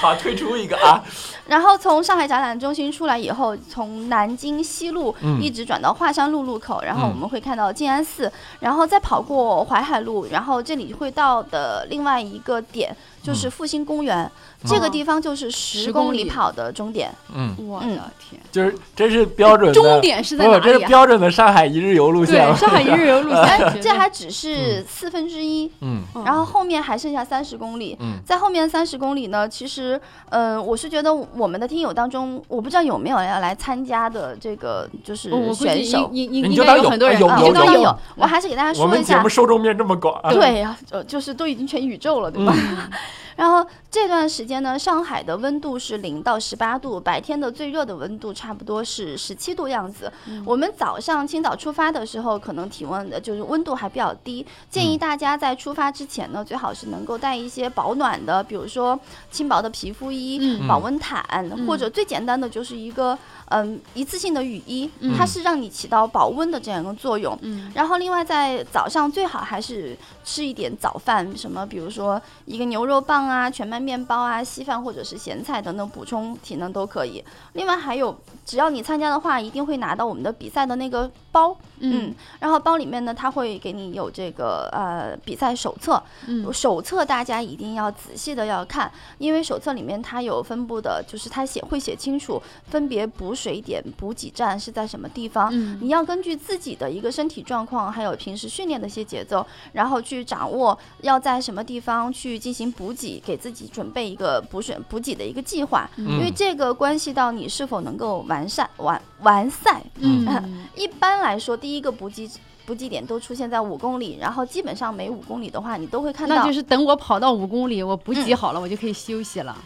[SPEAKER 1] 好，退出一个 啊，
[SPEAKER 2] 然后从上海展览中心出来以后，从南京西路
[SPEAKER 1] 嗯
[SPEAKER 2] 一直转到华山路路口，然后
[SPEAKER 1] 嗯
[SPEAKER 2] 我们会看到静安寺，然后再跑过淮海路，然后这里会到的另外一个点
[SPEAKER 1] 嗯
[SPEAKER 2] 就是复兴公园，这
[SPEAKER 1] 哦
[SPEAKER 2] 个地方就是十
[SPEAKER 3] 10
[SPEAKER 2] 公
[SPEAKER 3] 公里
[SPEAKER 2] 里跑的终 点。
[SPEAKER 1] 嗯，
[SPEAKER 3] 我的天，
[SPEAKER 1] 就是这是标准的，
[SPEAKER 3] 终点是在
[SPEAKER 1] 不，
[SPEAKER 3] 哪
[SPEAKER 1] 这是
[SPEAKER 3] 里啊？
[SPEAKER 1] 标准的上海一日游路线
[SPEAKER 3] 对，，上海一日游路
[SPEAKER 2] 哎
[SPEAKER 3] 线，，
[SPEAKER 2] 这还只是四分之一，
[SPEAKER 1] 嗯
[SPEAKER 3] 嗯
[SPEAKER 2] 然后后面还剩下三十公里。
[SPEAKER 1] 嗯
[SPEAKER 2] 在后面三十公里呢，其实，呃，我是觉得我们的听友当中，我不知道有没有要来参加的这个就是
[SPEAKER 3] 我估
[SPEAKER 2] 选
[SPEAKER 3] 计
[SPEAKER 2] 手
[SPEAKER 3] 应，应应
[SPEAKER 1] 你
[SPEAKER 3] 应
[SPEAKER 1] 就
[SPEAKER 3] 该
[SPEAKER 1] 当有
[SPEAKER 3] 有很多人，
[SPEAKER 1] 有
[SPEAKER 2] 啊
[SPEAKER 3] 你就当
[SPEAKER 2] 当
[SPEAKER 1] 有
[SPEAKER 2] 有，我还是给大家
[SPEAKER 1] 我
[SPEAKER 2] 说
[SPEAKER 1] 们
[SPEAKER 2] 一
[SPEAKER 1] 节
[SPEAKER 2] 下
[SPEAKER 1] 目，受众面这么广，啊
[SPEAKER 2] 对呀、呃，就是都已经全宇宙了，对吧？ 然后这段时间呢，上海的温度是零到十八度，白天的最热的温度差不多是十七度样子。
[SPEAKER 3] 嗯
[SPEAKER 2] 我们早上清早出发的时候，可能体温的就是温度还比较低，建议大家在出发之前呢，最好是能够带一些保暖的，比如说轻薄的皮肤衣、
[SPEAKER 3] 嗯
[SPEAKER 2] 保温毯，或者最简单的就是一个嗯一次性的雨衣，
[SPEAKER 3] 嗯
[SPEAKER 2] 它是让你起到保温的这样一个作用。
[SPEAKER 3] 嗯
[SPEAKER 2] 然后另外在早上最好还是吃一点早饭，什么比如说一个牛肉棒啊、全麦面包啊、稀饭或者是咸菜等等，补充体能都可以。另外还有，只要你参加的话，一定会拿到我们的比赛的那个包，
[SPEAKER 3] 嗯
[SPEAKER 2] 然后包里面呢，它会给你有这个呃比赛手册，
[SPEAKER 3] 嗯
[SPEAKER 2] 呃手册大家一定要仔细的要看，因为手册里面它有分布的，就是它写会写清楚分别补水点、补给站是在什么地方，
[SPEAKER 3] 嗯
[SPEAKER 2] 你要根据自己的一个身体状况，还有平时训练的一些节奏，然后去掌握要在什么地方去进行补给，给自己准备一个补水补给的一个计划，因为
[SPEAKER 1] 嗯
[SPEAKER 2] 这个关系到你是否能够完善完完赛。
[SPEAKER 3] 嗯，
[SPEAKER 2] 一般来说，第一个补给补给点都出现在五公里，然后基本上每五公里的话，你都会看到。
[SPEAKER 3] 那就是等我跑到五公里，我补给
[SPEAKER 2] 嗯
[SPEAKER 3] 好了，我就可以休息了。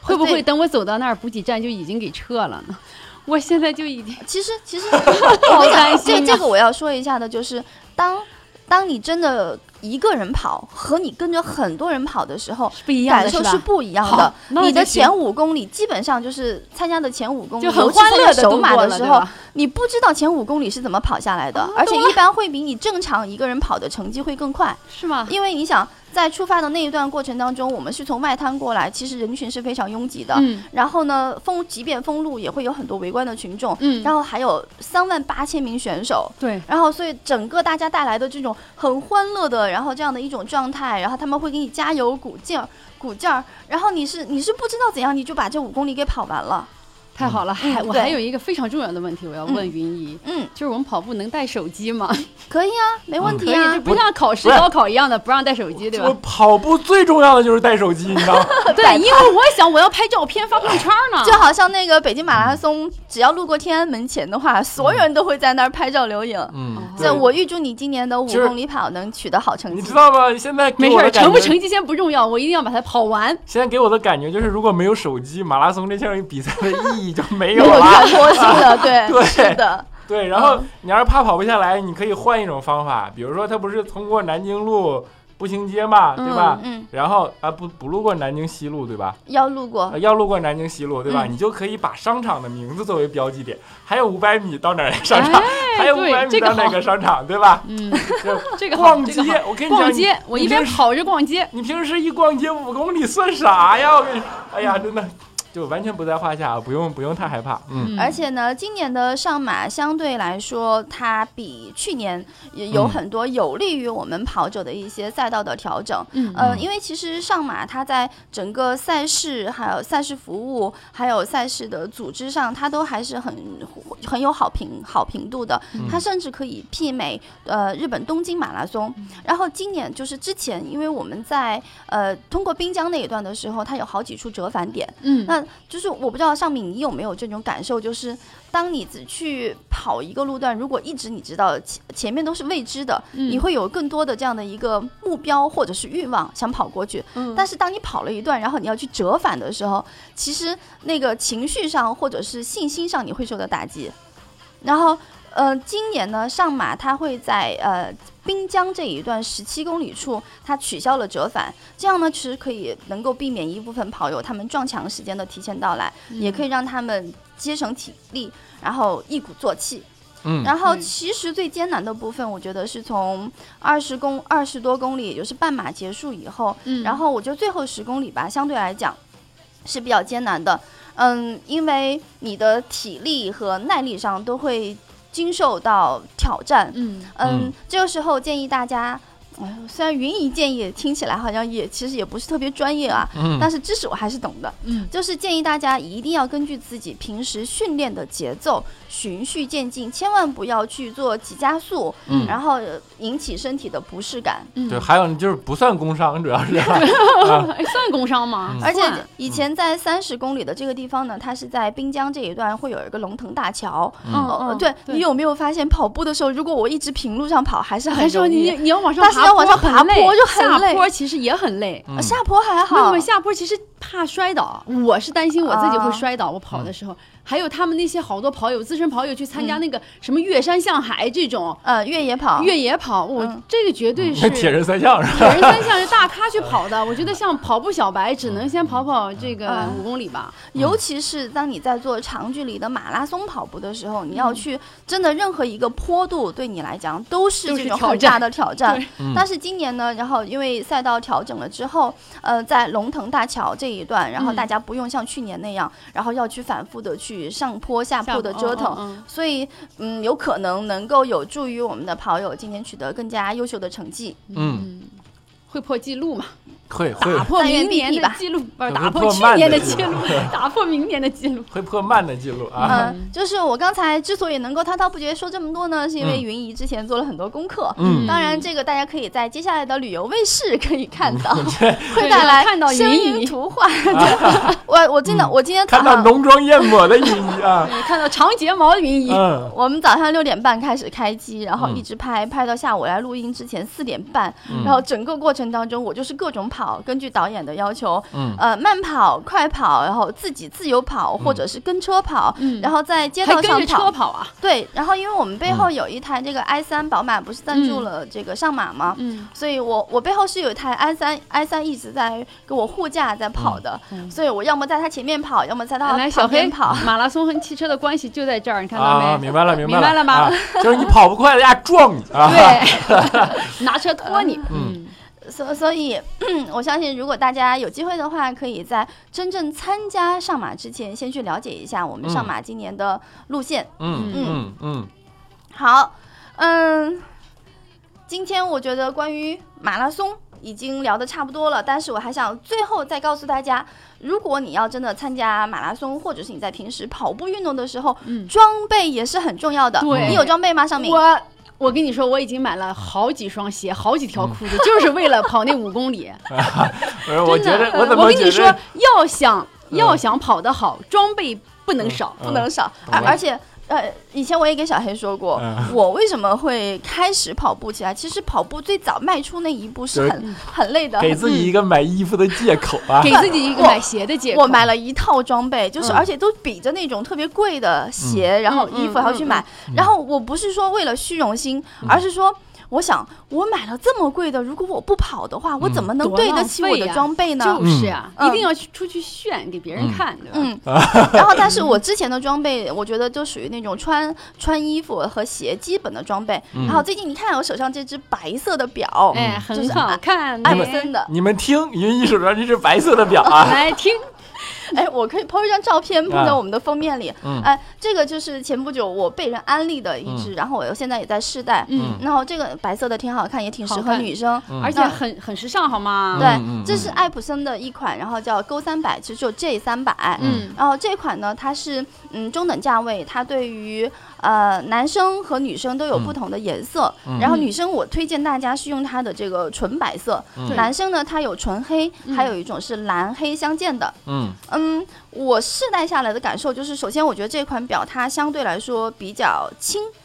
[SPEAKER 3] 会不会
[SPEAKER 2] 对
[SPEAKER 3] 等我走到那儿，补给站就已经给撤了呢？ 我现在就已经
[SPEAKER 2] 其实其 实我
[SPEAKER 3] 担
[SPEAKER 2] 想
[SPEAKER 3] 心
[SPEAKER 2] 这
[SPEAKER 3] 啊
[SPEAKER 2] 这个我要说一下的就是，当当你真的一个人跑和你跟着很多人跑的时候，
[SPEAKER 3] 不一样
[SPEAKER 2] 感
[SPEAKER 3] 的
[SPEAKER 2] 受
[SPEAKER 3] 吧
[SPEAKER 2] 是不一样的
[SPEAKER 3] 好。那
[SPEAKER 2] 你的
[SPEAKER 3] 就行
[SPEAKER 2] 前五公里基本上就是参加的前五公里，
[SPEAKER 3] 就很
[SPEAKER 2] 嗯尤其
[SPEAKER 3] 欢
[SPEAKER 2] 参加
[SPEAKER 3] 乐的
[SPEAKER 2] 首马的时候，
[SPEAKER 3] 吧？啊
[SPEAKER 2] 你不知道前五公里是怎么跑下来的，而且一般会比你正常一个人跑的成绩会更快。
[SPEAKER 3] 是吗？
[SPEAKER 2] 因为你想，在出发的那一段过程当中，我们是从外滩过来，其实人群是非常拥挤的。
[SPEAKER 3] 嗯
[SPEAKER 2] 然后呢，封即便封路也会有很多围观的群众，
[SPEAKER 3] 嗯，
[SPEAKER 2] 然后还有三万八千名选手。
[SPEAKER 3] 对，
[SPEAKER 2] 然后，所以整个大家带来的这种很欢乐的，然后这样的一种状态，然后他们会给你加油鼓劲儿、鼓劲儿，然后你是你是不知道怎样，你就把这五公里给跑完了。
[SPEAKER 3] 太好了。还
[SPEAKER 2] 嗯
[SPEAKER 3] 我
[SPEAKER 2] 对
[SPEAKER 3] 还有一个非常重要的问题，我要问云姨，
[SPEAKER 2] 嗯，
[SPEAKER 3] 就是我们跑步能带手机吗？
[SPEAKER 2] 可以啊，没问
[SPEAKER 3] 嗯可
[SPEAKER 2] 题
[SPEAKER 3] 以，
[SPEAKER 2] 啊
[SPEAKER 3] 就。不像考试
[SPEAKER 1] 不是
[SPEAKER 3] 高考一样的不让带手机，对
[SPEAKER 1] 我
[SPEAKER 3] 吧？
[SPEAKER 1] 嗯跑步最重要的就是带手机，你知道吗？
[SPEAKER 3] 对，因为我想我要拍照片发朋友圈 呢。
[SPEAKER 2] 就好像那个北京马拉松，只要路过天安门前的话，所有人都会在那儿拍照留影。
[SPEAKER 1] 嗯，
[SPEAKER 2] 所
[SPEAKER 1] 对
[SPEAKER 2] 以我预祝你今年的五
[SPEAKER 1] 就是
[SPEAKER 2] 公里跑能取得好成
[SPEAKER 1] 你
[SPEAKER 2] 绩
[SPEAKER 1] 知。道吗？现在给
[SPEAKER 3] 没事
[SPEAKER 1] 我的
[SPEAKER 3] 儿，
[SPEAKER 1] 感
[SPEAKER 3] 成不
[SPEAKER 1] 觉
[SPEAKER 3] 成绩先不重要，我一定要把它跑完。
[SPEAKER 1] 现在给我的感觉就是，如果没有手机，马拉松这项比赛的意义就没
[SPEAKER 2] 有
[SPEAKER 1] 了。
[SPEAKER 2] 传播性的，对，
[SPEAKER 1] 对
[SPEAKER 2] 是的，
[SPEAKER 1] 对，然后你要是怕跑不下来，你可以换一种方法，比如说他不是通过南京路步行街嘛，对吧？
[SPEAKER 2] 嗯，
[SPEAKER 1] 然后啊，不不路过南京西路，对吧？
[SPEAKER 2] 要路过
[SPEAKER 1] 呃
[SPEAKER 3] 嗯
[SPEAKER 1] 要路过南京西路，对吧？
[SPEAKER 2] 嗯
[SPEAKER 1] 你就可以把商场的名字作为标记点，还有五百米到哪儿个商场，还有五百
[SPEAKER 3] 对，
[SPEAKER 1] 米
[SPEAKER 3] 这
[SPEAKER 1] 到
[SPEAKER 3] 个
[SPEAKER 1] 哪
[SPEAKER 3] 好
[SPEAKER 1] 个，商场，对吧？
[SPEAKER 3] 哎 嗯，
[SPEAKER 1] 就
[SPEAKER 3] 这个好，
[SPEAKER 1] 逛
[SPEAKER 3] 这个
[SPEAKER 1] 街
[SPEAKER 3] 好。，
[SPEAKER 1] 我跟你讲，
[SPEAKER 3] 逛街，我一边
[SPEAKER 1] 平时
[SPEAKER 3] 跑着逛街，
[SPEAKER 1] 你平时一逛街五公里算啥呀？我跟你说，哎呀，真的就完全不在话下，啊不用不用太害怕。嗯，
[SPEAKER 2] 而且呢，今年的上马相对来说，它比去年也有
[SPEAKER 1] 嗯
[SPEAKER 2] 很多有利于我们跑者的一些赛道的调整。
[SPEAKER 3] 嗯
[SPEAKER 2] 嗯，
[SPEAKER 1] 嗯
[SPEAKER 2] 因为其实上马它在整个赛事、还有赛事服务、还有赛事的组织上，它都还是很很有好评好评度的。
[SPEAKER 1] 嗯
[SPEAKER 2] 它甚至可以媲美呃日本东京马拉松。
[SPEAKER 1] 嗯
[SPEAKER 2] 然后今年就是之前，因为我们在呃通过滨江那一段的时候，它有好几处折返点，
[SPEAKER 3] 嗯
[SPEAKER 2] 那就是我不知道尚敏你有没有这种感受，就是当你只去跑一个路段，如果一直你知道前前面都是未知的，
[SPEAKER 3] 嗯
[SPEAKER 2] 你会有更多的这样的一个目标或者是欲望想跑过去。
[SPEAKER 3] 嗯
[SPEAKER 2] 但是当你跑了一段，然后你要去折返的时候，其实那个情绪上或者是信心上你会受到打击。然后，呃，今年呢，上马它会在呃滨江这一段十七公里处，它取消了折返，这样呢，其实可以能够避免一部分跑友他们撞墙时间的提前到来，
[SPEAKER 3] 嗯
[SPEAKER 2] 也可以让他们节省体力，然后一鼓作气。
[SPEAKER 1] 嗯
[SPEAKER 2] 然后
[SPEAKER 3] 嗯
[SPEAKER 2] 其实最艰难的部分，我觉得是从二十公二十多公里，也就是半马结束以后，
[SPEAKER 3] 嗯
[SPEAKER 2] 然后我觉得最后十公里吧，相对来讲是比较艰难的。嗯，因为你的体力和耐力上都会经受到挑战。
[SPEAKER 3] 嗯
[SPEAKER 2] 嗯，
[SPEAKER 1] 嗯
[SPEAKER 2] 这个时候建议大家，哎呦，虽然云姨建议听起来好像也其实也不是特别专业啊，
[SPEAKER 1] 嗯
[SPEAKER 2] 但是知识我还是懂的。
[SPEAKER 3] 嗯
[SPEAKER 2] 就是建议大家一定要根据自己平时训练的节奏循序渐进，千万不要去做急加速，
[SPEAKER 1] 嗯
[SPEAKER 2] 然后呃引起身体的不适感。
[SPEAKER 3] 嗯，
[SPEAKER 1] 对，还有就是不算工伤，主要是
[SPEAKER 3] 哎算工伤吗？
[SPEAKER 1] 嗯
[SPEAKER 2] 而且
[SPEAKER 3] 算
[SPEAKER 2] 以前在三十公里的这个地方呢，它是在滨江这一段会有一个龙腾大桥。
[SPEAKER 3] 嗯
[SPEAKER 2] 呃
[SPEAKER 3] 嗯，
[SPEAKER 2] 对你有没有发现跑步的时候，如果我一直平路上跑，还是很
[SPEAKER 3] 还说
[SPEAKER 2] 容
[SPEAKER 3] 你
[SPEAKER 2] 易。
[SPEAKER 3] 你要往上
[SPEAKER 2] 但
[SPEAKER 3] 爬
[SPEAKER 2] 是
[SPEAKER 3] 坡很累，
[SPEAKER 2] 要往上爬坡就很累
[SPEAKER 3] 下坡其实也很累。
[SPEAKER 1] 嗯
[SPEAKER 2] 呃下坡还
[SPEAKER 3] 那
[SPEAKER 2] 好
[SPEAKER 3] 我，下坡其实怕摔倒，我是担心我自己
[SPEAKER 2] 啊
[SPEAKER 3] 会摔倒。我跑
[SPEAKER 1] 嗯
[SPEAKER 3] 的时候，还有他们那些好多跑友、资深跑友去
[SPEAKER 2] 嗯
[SPEAKER 3] 参加那个什么越山向海这种
[SPEAKER 2] 呃，越野跑，
[SPEAKER 3] 越野跑，我
[SPEAKER 2] 嗯
[SPEAKER 3] 这个绝对是
[SPEAKER 1] 铁人三项是吧？
[SPEAKER 3] 铁人三项是大咖去跑的。我觉得像跑步小白，只能先跑跑这个
[SPEAKER 2] 嗯
[SPEAKER 3] 五公里吧。
[SPEAKER 2] 尤其是当你在做长距离的马拉松跑步的时候，你
[SPEAKER 3] 嗯
[SPEAKER 2] 要去真的任何一个坡度对你来讲都是
[SPEAKER 3] 都是
[SPEAKER 2] 这种
[SPEAKER 3] 挑
[SPEAKER 2] 很
[SPEAKER 3] 战
[SPEAKER 2] 大的挑 战
[SPEAKER 3] 对。
[SPEAKER 1] 嗯
[SPEAKER 2] 但是今年呢，然后因为赛道调整了之后，呃，在龙腾大桥这一段，然后
[SPEAKER 3] 嗯
[SPEAKER 2] 大家不用像去年那样，然后要去反复的去上坡下
[SPEAKER 3] 下
[SPEAKER 2] 坡的折腾。
[SPEAKER 3] 嗯
[SPEAKER 2] 所以，嗯，有可能能够有助于我们的跑友今年取得更加优秀的成绩。
[SPEAKER 3] 嗯
[SPEAKER 1] 嗯，
[SPEAKER 3] 嗯，会破记录嘛？
[SPEAKER 1] 会会
[SPEAKER 3] 打破
[SPEAKER 2] 但愿
[SPEAKER 3] 明年
[SPEAKER 2] 必
[SPEAKER 3] 的
[SPEAKER 2] 吧
[SPEAKER 3] 记录，不是
[SPEAKER 1] 会
[SPEAKER 3] 打
[SPEAKER 1] 破
[SPEAKER 3] 破去
[SPEAKER 1] 慢
[SPEAKER 3] 年
[SPEAKER 1] 的
[SPEAKER 3] 的
[SPEAKER 1] 记
[SPEAKER 3] 记录，打破明年的记录。
[SPEAKER 1] 会破慢的记录啊！
[SPEAKER 2] 嗯，就是我刚才之所以能够滔滔不绝说这么多呢，是因为
[SPEAKER 1] 嗯
[SPEAKER 2] 云姨之前做了很多功课。
[SPEAKER 1] 嗯
[SPEAKER 2] 当然，这个大家可以在接下来的旅游卫视可以看到，会
[SPEAKER 3] 对
[SPEAKER 2] 带来
[SPEAKER 3] 看到云
[SPEAKER 2] 声
[SPEAKER 3] 姨
[SPEAKER 2] 音图画。 对我我真的，
[SPEAKER 1] 嗯
[SPEAKER 2] 我今天早
[SPEAKER 1] 看到
[SPEAKER 2] 上，
[SPEAKER 1] 浓妆艳抹的云姨啊，
[SPEAKER 3] 你看到长睫毛云姨，
[SPEAKER 1] 嗯
[SPEAKER 2] 我们早上六点半开始开机，然后
[SPEAKER 1] 嗯
[SPEAKER 2] 一直拍，拍到下午来录音之前四点半。
[SPEAKER 1] 嗯
[SPEAKER 2] 然后整个过程当中，我就是各种跑，根据导演的要求，
[SPEAKER 1] 嗯
[SPEAKER 2] 呃，慢跑、快跑，然后自己自由跑，或者是跟车跑，
[SPEAKER 3] 嗯
[SPEAKER 2] 然后在街
[SPEAKER 3] 还
[SPEAKER 2] 道
[SPEAKER 3] 跟
[SPEAKER 2] 上
[SPEAKER 3] 着车
[SPEAKER 2] 跑。
[SPEAKER 3] 跑啊，
[SPEAKER 2] 对，然后因为我们背后
[SPEAKER 1] 嗯
[SPEAKER 2] 有一台这个 i 三宝马，不是赞助
[SPEAKER 3] 嗯
[SPEAKER 2] 了这个上马吗？
[SPEAKER 3] 嗯，
[SPEAKER 2] 所以我我背后是有一台 i 三 i 三一直在跟我护驾在跑的，
[SPEAKER 3] 嗯
[SPEAKER 2] 所以我要么在它前面跑，要么在它
[SPEAKER 3] 哎原来小
[SPEAKER 2] 旁
[SPEAKER 3] 黑
[SPEAKER 2] 边跑。
[SPEAKER 3] 马拉松和汽车的关系就在这儿，你看
[SPEAKER 1] 啊，
[SPEAKER 3] 到没？
[SPEAKER 1] 明白了明
[SPEAKER 3] 明
[SPEAKER 1] 白
[SPEAKER 3] 白了
[SPEAKER 1] 啊
[SPEAKER 3] 吧？
[SPEAKER 1] 就是你跑不快，人家撞你啊！
[SPEAKER 3] 对， 拿车拖你，
[SPEAKER 1] 嗯
[SPEAKER 3] 嗯，
[SPEAKER 2] 所所以， 我相信如果大家有机会的话，可以在真正参加上马之前，先去了解一下我们上马今年的路线。
[SPEAKER 1] 嗯嗯
[SPEAKER 2] 嗯
[SPEAKER 1] 嗯
[SPEAKER 2] 好，嗯，今天我觉得关于马拉松已经聊得差不多了，但是我还想最后再告诉大家，如果你要真的参加马拉松，或者是你在平时跑步运动的时候，
[SPEAKER 3] 嗯
[SPEAKER 2] 装备也是很重要的。
[SPEAKER 3] 对
[SPEAKER 2] 你有装备吗？尚敏？
[SPEAKER 3] 我。我跟你说，我已经买了好几双鞋，好几条裤子，就是为了跑那五公里。
[SPEAKER 1] 不是，我觉
[SPEAKER 3] 嗯 真的呃
[SPEAKER 1] 得我怎
[SPEAKER 3] 我
[SPEAKER 1] 么
[SPEAKER 3] 跟
[SPEAKER 1] 觉
[SPEAKER 3] 你说
[SPEAKER 1] 得，
[SPEAKER 3] 要想
[SPEAKER 1] 嗯
[SPEAKER 3] 要想跑得好，装备不能少。
[SPEAKER 1] 嗯
[SPEAKER 2] 不能少，
[SPEAKER 1] 懂
[SPEAKER 2] 而
[SPEAKER 1] 了
[SPEAKER 2] 而且。呃，以前我也给小黑说过，
[SPEAKER 1] 嗯
[SPEAKER 2] 我为什么会开始跑步起来？其实跑步最早迈出那一步是很很累的，
[SPEAKER 1] 嗯给自己一个买衣服的借口啊
[SPEAKER 3] 给！自己一个
[SPEAKER 2] 我
[SPEAKER 3] 买鞋的借口。
[SPEAKER 2] 我买了一套装备，就是
[SPEAKER 3] 嗯
[SPEAKER 2] 而且都比着那种特别贵的鞋，
[SPEAKER 1] 嗯
[SPEAKER 2] 然后衣服还要去买。然后我不是说为了虚荣心，
[SPEAKER 1] 嗯
[SPEAKER 2] 而是说。我想，我买了这么贵的，如果我不跑的话，我
[SPEAKER 1] 嗯
[SPEAKER 2] 怎么能
[SPEAKER 3] 多
[SPEAKER 2] 对得
[SPEAKER 3] 浪
[SPEAKER 2] 起我
[SPEAKER 3] 费
[SPEAKER 2] 的
[SPEAKER 3] 呀
[SPEAKER 2] 装备呢？
[SPEAKER 3] 就是啊，
[SPEAKER 2] 嗯
[SPEAKER 3] 一定要去出去炫，给别人
[SPEAKER 1] 嗯
[SPEAKER 3] 看，对吧？
[SPEAKER 2] 嗯， 然后但是我之前的装备，我觉得就属于那种穿穿衣服和鞋基本的装备。
[SPEAKER 1] 嗯
[SPEAKER 2] 然后最近你看我手上这只白色的表，
[SPEAKER 3] 哎，
[SPEAKER 2] 就
[SPEAKER 3] 很
[SPEAKER 2] 是
[SPEAKER 3] 好
[SPEAKER 2] 艾
[SPEAKER 3] 看，
[SPEAKER 2] 艾
[SPEAKER 3] 哎
[SPEAKER 2] 弗森的，
[SPEAKER 1] 你们听，云一手上这是白色的表啊，
[SPEAKER 3] 来听，
[SPEAKER 2] 哎，我可以 p 一张照片，放在我们的封面里。
[SPEAKER 1] 嗯
[SPEAKER 2] 哎，这个就是前不久我被人安利的一只，然后我现在也在试戴。
[SPEAKER 1] 嗯
[SPEAKER 3] 嗯，
[SPEAKER 2] 然后这个白色的挺好看，也挺适
[SPEAKER 3] 好
[SPEAKER 2] 合
[SPEAKER 3] 看
[SPEAKER 2] 女生。
[SPEAKER 1] 嗯
[SPEAKER 3] 而且很很时尚，好吗？
[SPEAKER 2] 对
[SPEAKER 1] 嗯嗯，
[SPEAKER 2] 这是艾普森的一款，然后叫勾三百，其实就 J 三百。
[SPEAKER 3] 嗯
[SPEAKER 2] 然后呃这款呢，它是嗯中等价位，它对于呃男生和女生都有不同的颜色。
[SPEAKER 1] 嗯
[SPEAKER 2] 然后女生我推荐大家是用它的这个纯白色，
[SPEAKER 1] 嗯
[SPEAKER 2] 男生呢它有纯黑，
[SPEAKER 3] 嗯
[SPEAKER 2] 还有一种是蓝黑相间的。
[SPEAKER 1] 嗯
[SPEAKER 2] 嗯，我试戴下来的感受就是，首先我觉得这款表它相对来说比较轻。
[SPEAKER 1] 嗯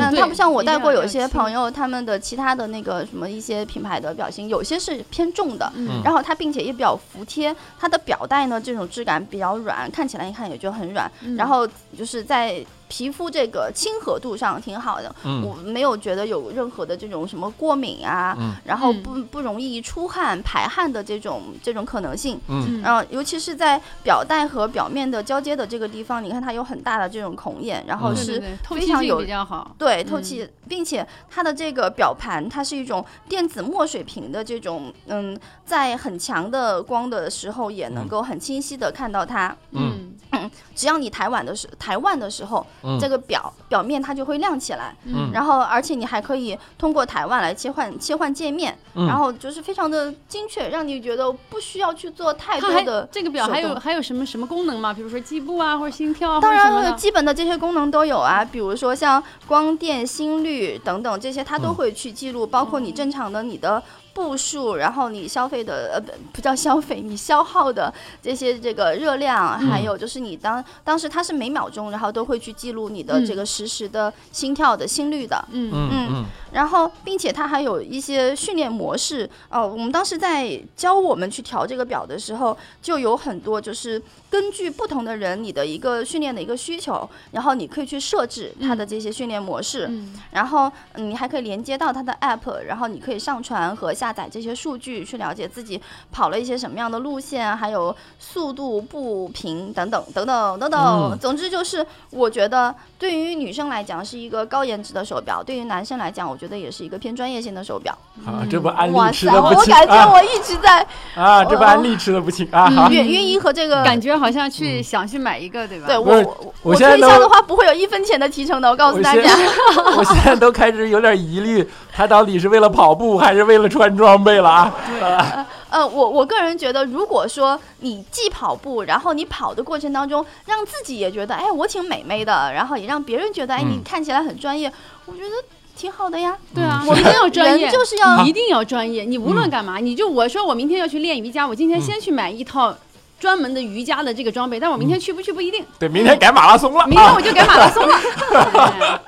[SPEAKER 2] 嗯，
[SPEAKER 3] 对
[SPEAKER 2] 它不像我
[SPEAKER 3] 一定
[SPEAKER 2] 戴
[SPEAKER 3] 要
[SPEAKER 2] 过有
[SPEAKER 3] 要
[SPEAKER 2] 些
[SPEAKER 3] 轻
[SPEAKER 2] 朋友他们的其他的那个什么一些品牌的表型，有些是偏重的，
[SPEAKER 3] 嗯
[SPEAKER 2] 然后它并且也比较服帖，它的表带呢这种质感比较软，看起来一看也就很软，
[SPEAKER 3] 嗯
[SPEAKER 2] 然后就是在皮肤这个亲和度上挺好的，
[SPEAKER 1] 嗯
[SPEAKER 2] 我没有觉得有任何的这种什么过敏啊，
[SPEAKER 1] 嗯
[SPEAKER 2] 然后
[SPEAKER 3] 嗯
[SPEAKER 2] 不不容易出汗排汗的这种这种可能性。
[SPEAKER 1] 嗯
[SPEAKER 2] 然后，尤其是在表带和表面的交接的这个地方，你看它有很大的这种孔眼，然后
[SPEAKER 1] 嗯
[SPEAKER 3] 对
[SPEAKER 2] 是
[SPEAKER 3] 对对透
[SPEAKER 2] 非
[SPEAKER 3] 气
[SPEAKER 2] 常
[SPEAKER 3] 性
[SPEAKER 2] 有
[SPEAKER 3] 比较好，
[SPEAKER 2] 对，透气，并且它的这个表盘，它是一种电子墨水屏的这种，嗯，在很强的光的时候也能
[SPEAKER 1] 嗯
[SPEAKER 2] 够很清晰的看到它。
[SPEAKER 1] 嗯
[SPEAKER 3] 嗯
[SPEAKER 2] 只要你抬腕的时抬腕的时候，
[SPEAKER 1] 嗯，
[SPEAKER 2] 这个表表面它就会亮起来。
[SPEAKER 1] 嗯
[SPEAKER 2] 然后，而且你还可以通过抬腕来切换切换界面，
[SPEAKER 1] 嗯
[SPEAKER 2] 然后就是非常的精确，让你觉得不需要去做太
[SPEAKER 3] 它
[SPEAKER 2] 多
[SPEAKER 3] 还
[SPEAKER 2] 的。
[SPEAKER 3] 这个表还
[SPEAKER 2] 手
[SPEAKER 3] 有
[SPEAKER 2] 动
[SPEAKER 3] 还有什么什么功能吗？比如说计步啊，或者心跳啊，
[SPEAKER 2] 当然
[SPEAKER 3] 或者什
[SPEAKER 2] 了，
[SPEAKER 3] 么的。
[SPEAKER 2] 基本的这些功能都有啊，比如说像光电、心率等等这些，它都
[SPEAKER 1] 嗯
[SPEAKER 2] 会去记录，包括
[SPEAKER 3] 嗯
[SPEAKER 2] 你正常的你的步数，然后你消费的呃不不叫消费，你消耗的这些这个热量，还有就是你当当时它是每秒钟，然后都会去记录你的
[SPEAKER 3] 嗯
[SPEAKER 2] 这个实时的心跳的心率的，
[SPEAKER 3] 嗯，
[SPEAKER 1] 嗯嗯
[SPEAKER 2] 然后并且它还有一些训练模式哦。我们当时在教我们去调这个表的时候，就有很多就是根据不同的人你的一个训练的一个需求，然后你可以去设置它的这些训练模式，
[SPEAKER 3] 嗯
[SPEAKER 2] 然后嗯你还可以连接到它的 app，然后你可以上传和下载这些数据，去了解自己跑了一些什么样的路线，还有速度、步频等等等等等等。
[SPEAKER 1] 嗯
[SPEAKER 2] 总之就是，我觉得对于女生来讲是一个高颜值的手表，对于男生来讲，我觉得也是一个偏专业性的手表。
[SPEAKER 1] 嗯，啊，这不安
[SPEAKER 2] 哇
[SPEAKER 1] 利吃
[SPEAKER 2] 塞，
[SPEAKER 1] 的
[SPEAKER 2] 我
[SPEAKER 1] 不轻
[SPEAKER 2] 感觉
[SPEAKER 1] 啊
[SPEAKER 2] 我嗯一直在
[SPEAKER 1] 啊，这不安利吃的不轻啊！好，
[SPEAKER 2] 运运一和这个。
[SPEAKER 3] 感觉好像去想去买一个，对吧？
[SPEAKER 2] 对
[SPEAKER 1] 不是
[SPEAKER 2] 我，
[SPEAKER 1] 我
[SPEAKER 2] 我
[SPEAKER 1] 现在
[SPEAKER 2] 推销
[SPEAKER 1] 都
[SPEAKER 2] 的话不会有一分钱的提成的，我告诉
[SPEAKER 1] 我
[SPEAKER 2] 大
[SPEAKER 1] 现
[SPEAKER 2] 家。
[SPEAKER 1] 我现在都开始有点疑虑，他到底是为了跑步还是为了穿装备了啊？
[SPEAKER 2] 呃，我我个人觉得，如果说你既跑步，然后你跑的过程当中，让自己也觉得，哎，我挺美美的，然后也让别人觉得，哎，你
[SPEAKER 1] 嗯
[SPEAKER 2] 看起来很专业，我觉得挺好的呀。
[SPEAKER 3] 对啊，
[SPEAKER 1] 嗯
[SPEAKER 3] 我一定要专业
[SPEAKER 2] 人，就是 要
[SPEAKER 3] 一定要专业。你无论干嘛，你就我说我明天要去练瑜伽，我今天先去买一套专门的瑜伽的这个装备，但我明天去不去不一定，
[SPEAKER 1] 对，明天改马拉松了
[SPEAKER 3] 明天
[SPEAKER 1] 啊！
[SPEAKER 3] 我就改马拉松了。哎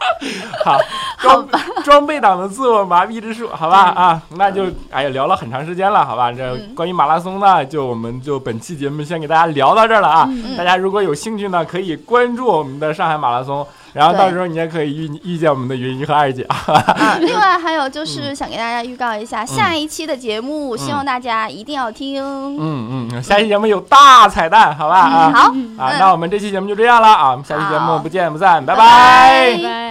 [SPEAKER 1] 好，装 装备党的自我麻痹之术，好吧啊，那就哎呀聊了很长时间了，好吧？这
[SPEAKER 2] 嗯
[SPEAKER 1] 关于马拉松呢，就我们就本期节目先给大家聊到这儿了啊。
[SPEAKER 3] 嗯
[SPEAKER 1] 大家如果有兴趣呢，可以关注我们的上海马拉松，然后到
[SPEAKER 2] 对
[SPEAKER 1] 时候你也可以遇遇见我们的云姨和二姐啊。
[SPEAKER 2] 啊。另外还有就是想给大家预告一下下一期的节目，希望大家一定要听。
[SPEAKER 1] 嗯嗯，下期节目有大彩蛋，好吧啊？
[SPEAKER 2] 好，
[SPEAKER 1] 啊，
[SPEAKER 2] 嗯
[SPEAKER 1] 那我们这期节目就这样了啊，我们下期节目
[SPEAKER 2] 好
[SPEAKER 1] 不见不散，拜
[SPEAKER 2] 拜拜
[SPEAKER 3] 拜拜。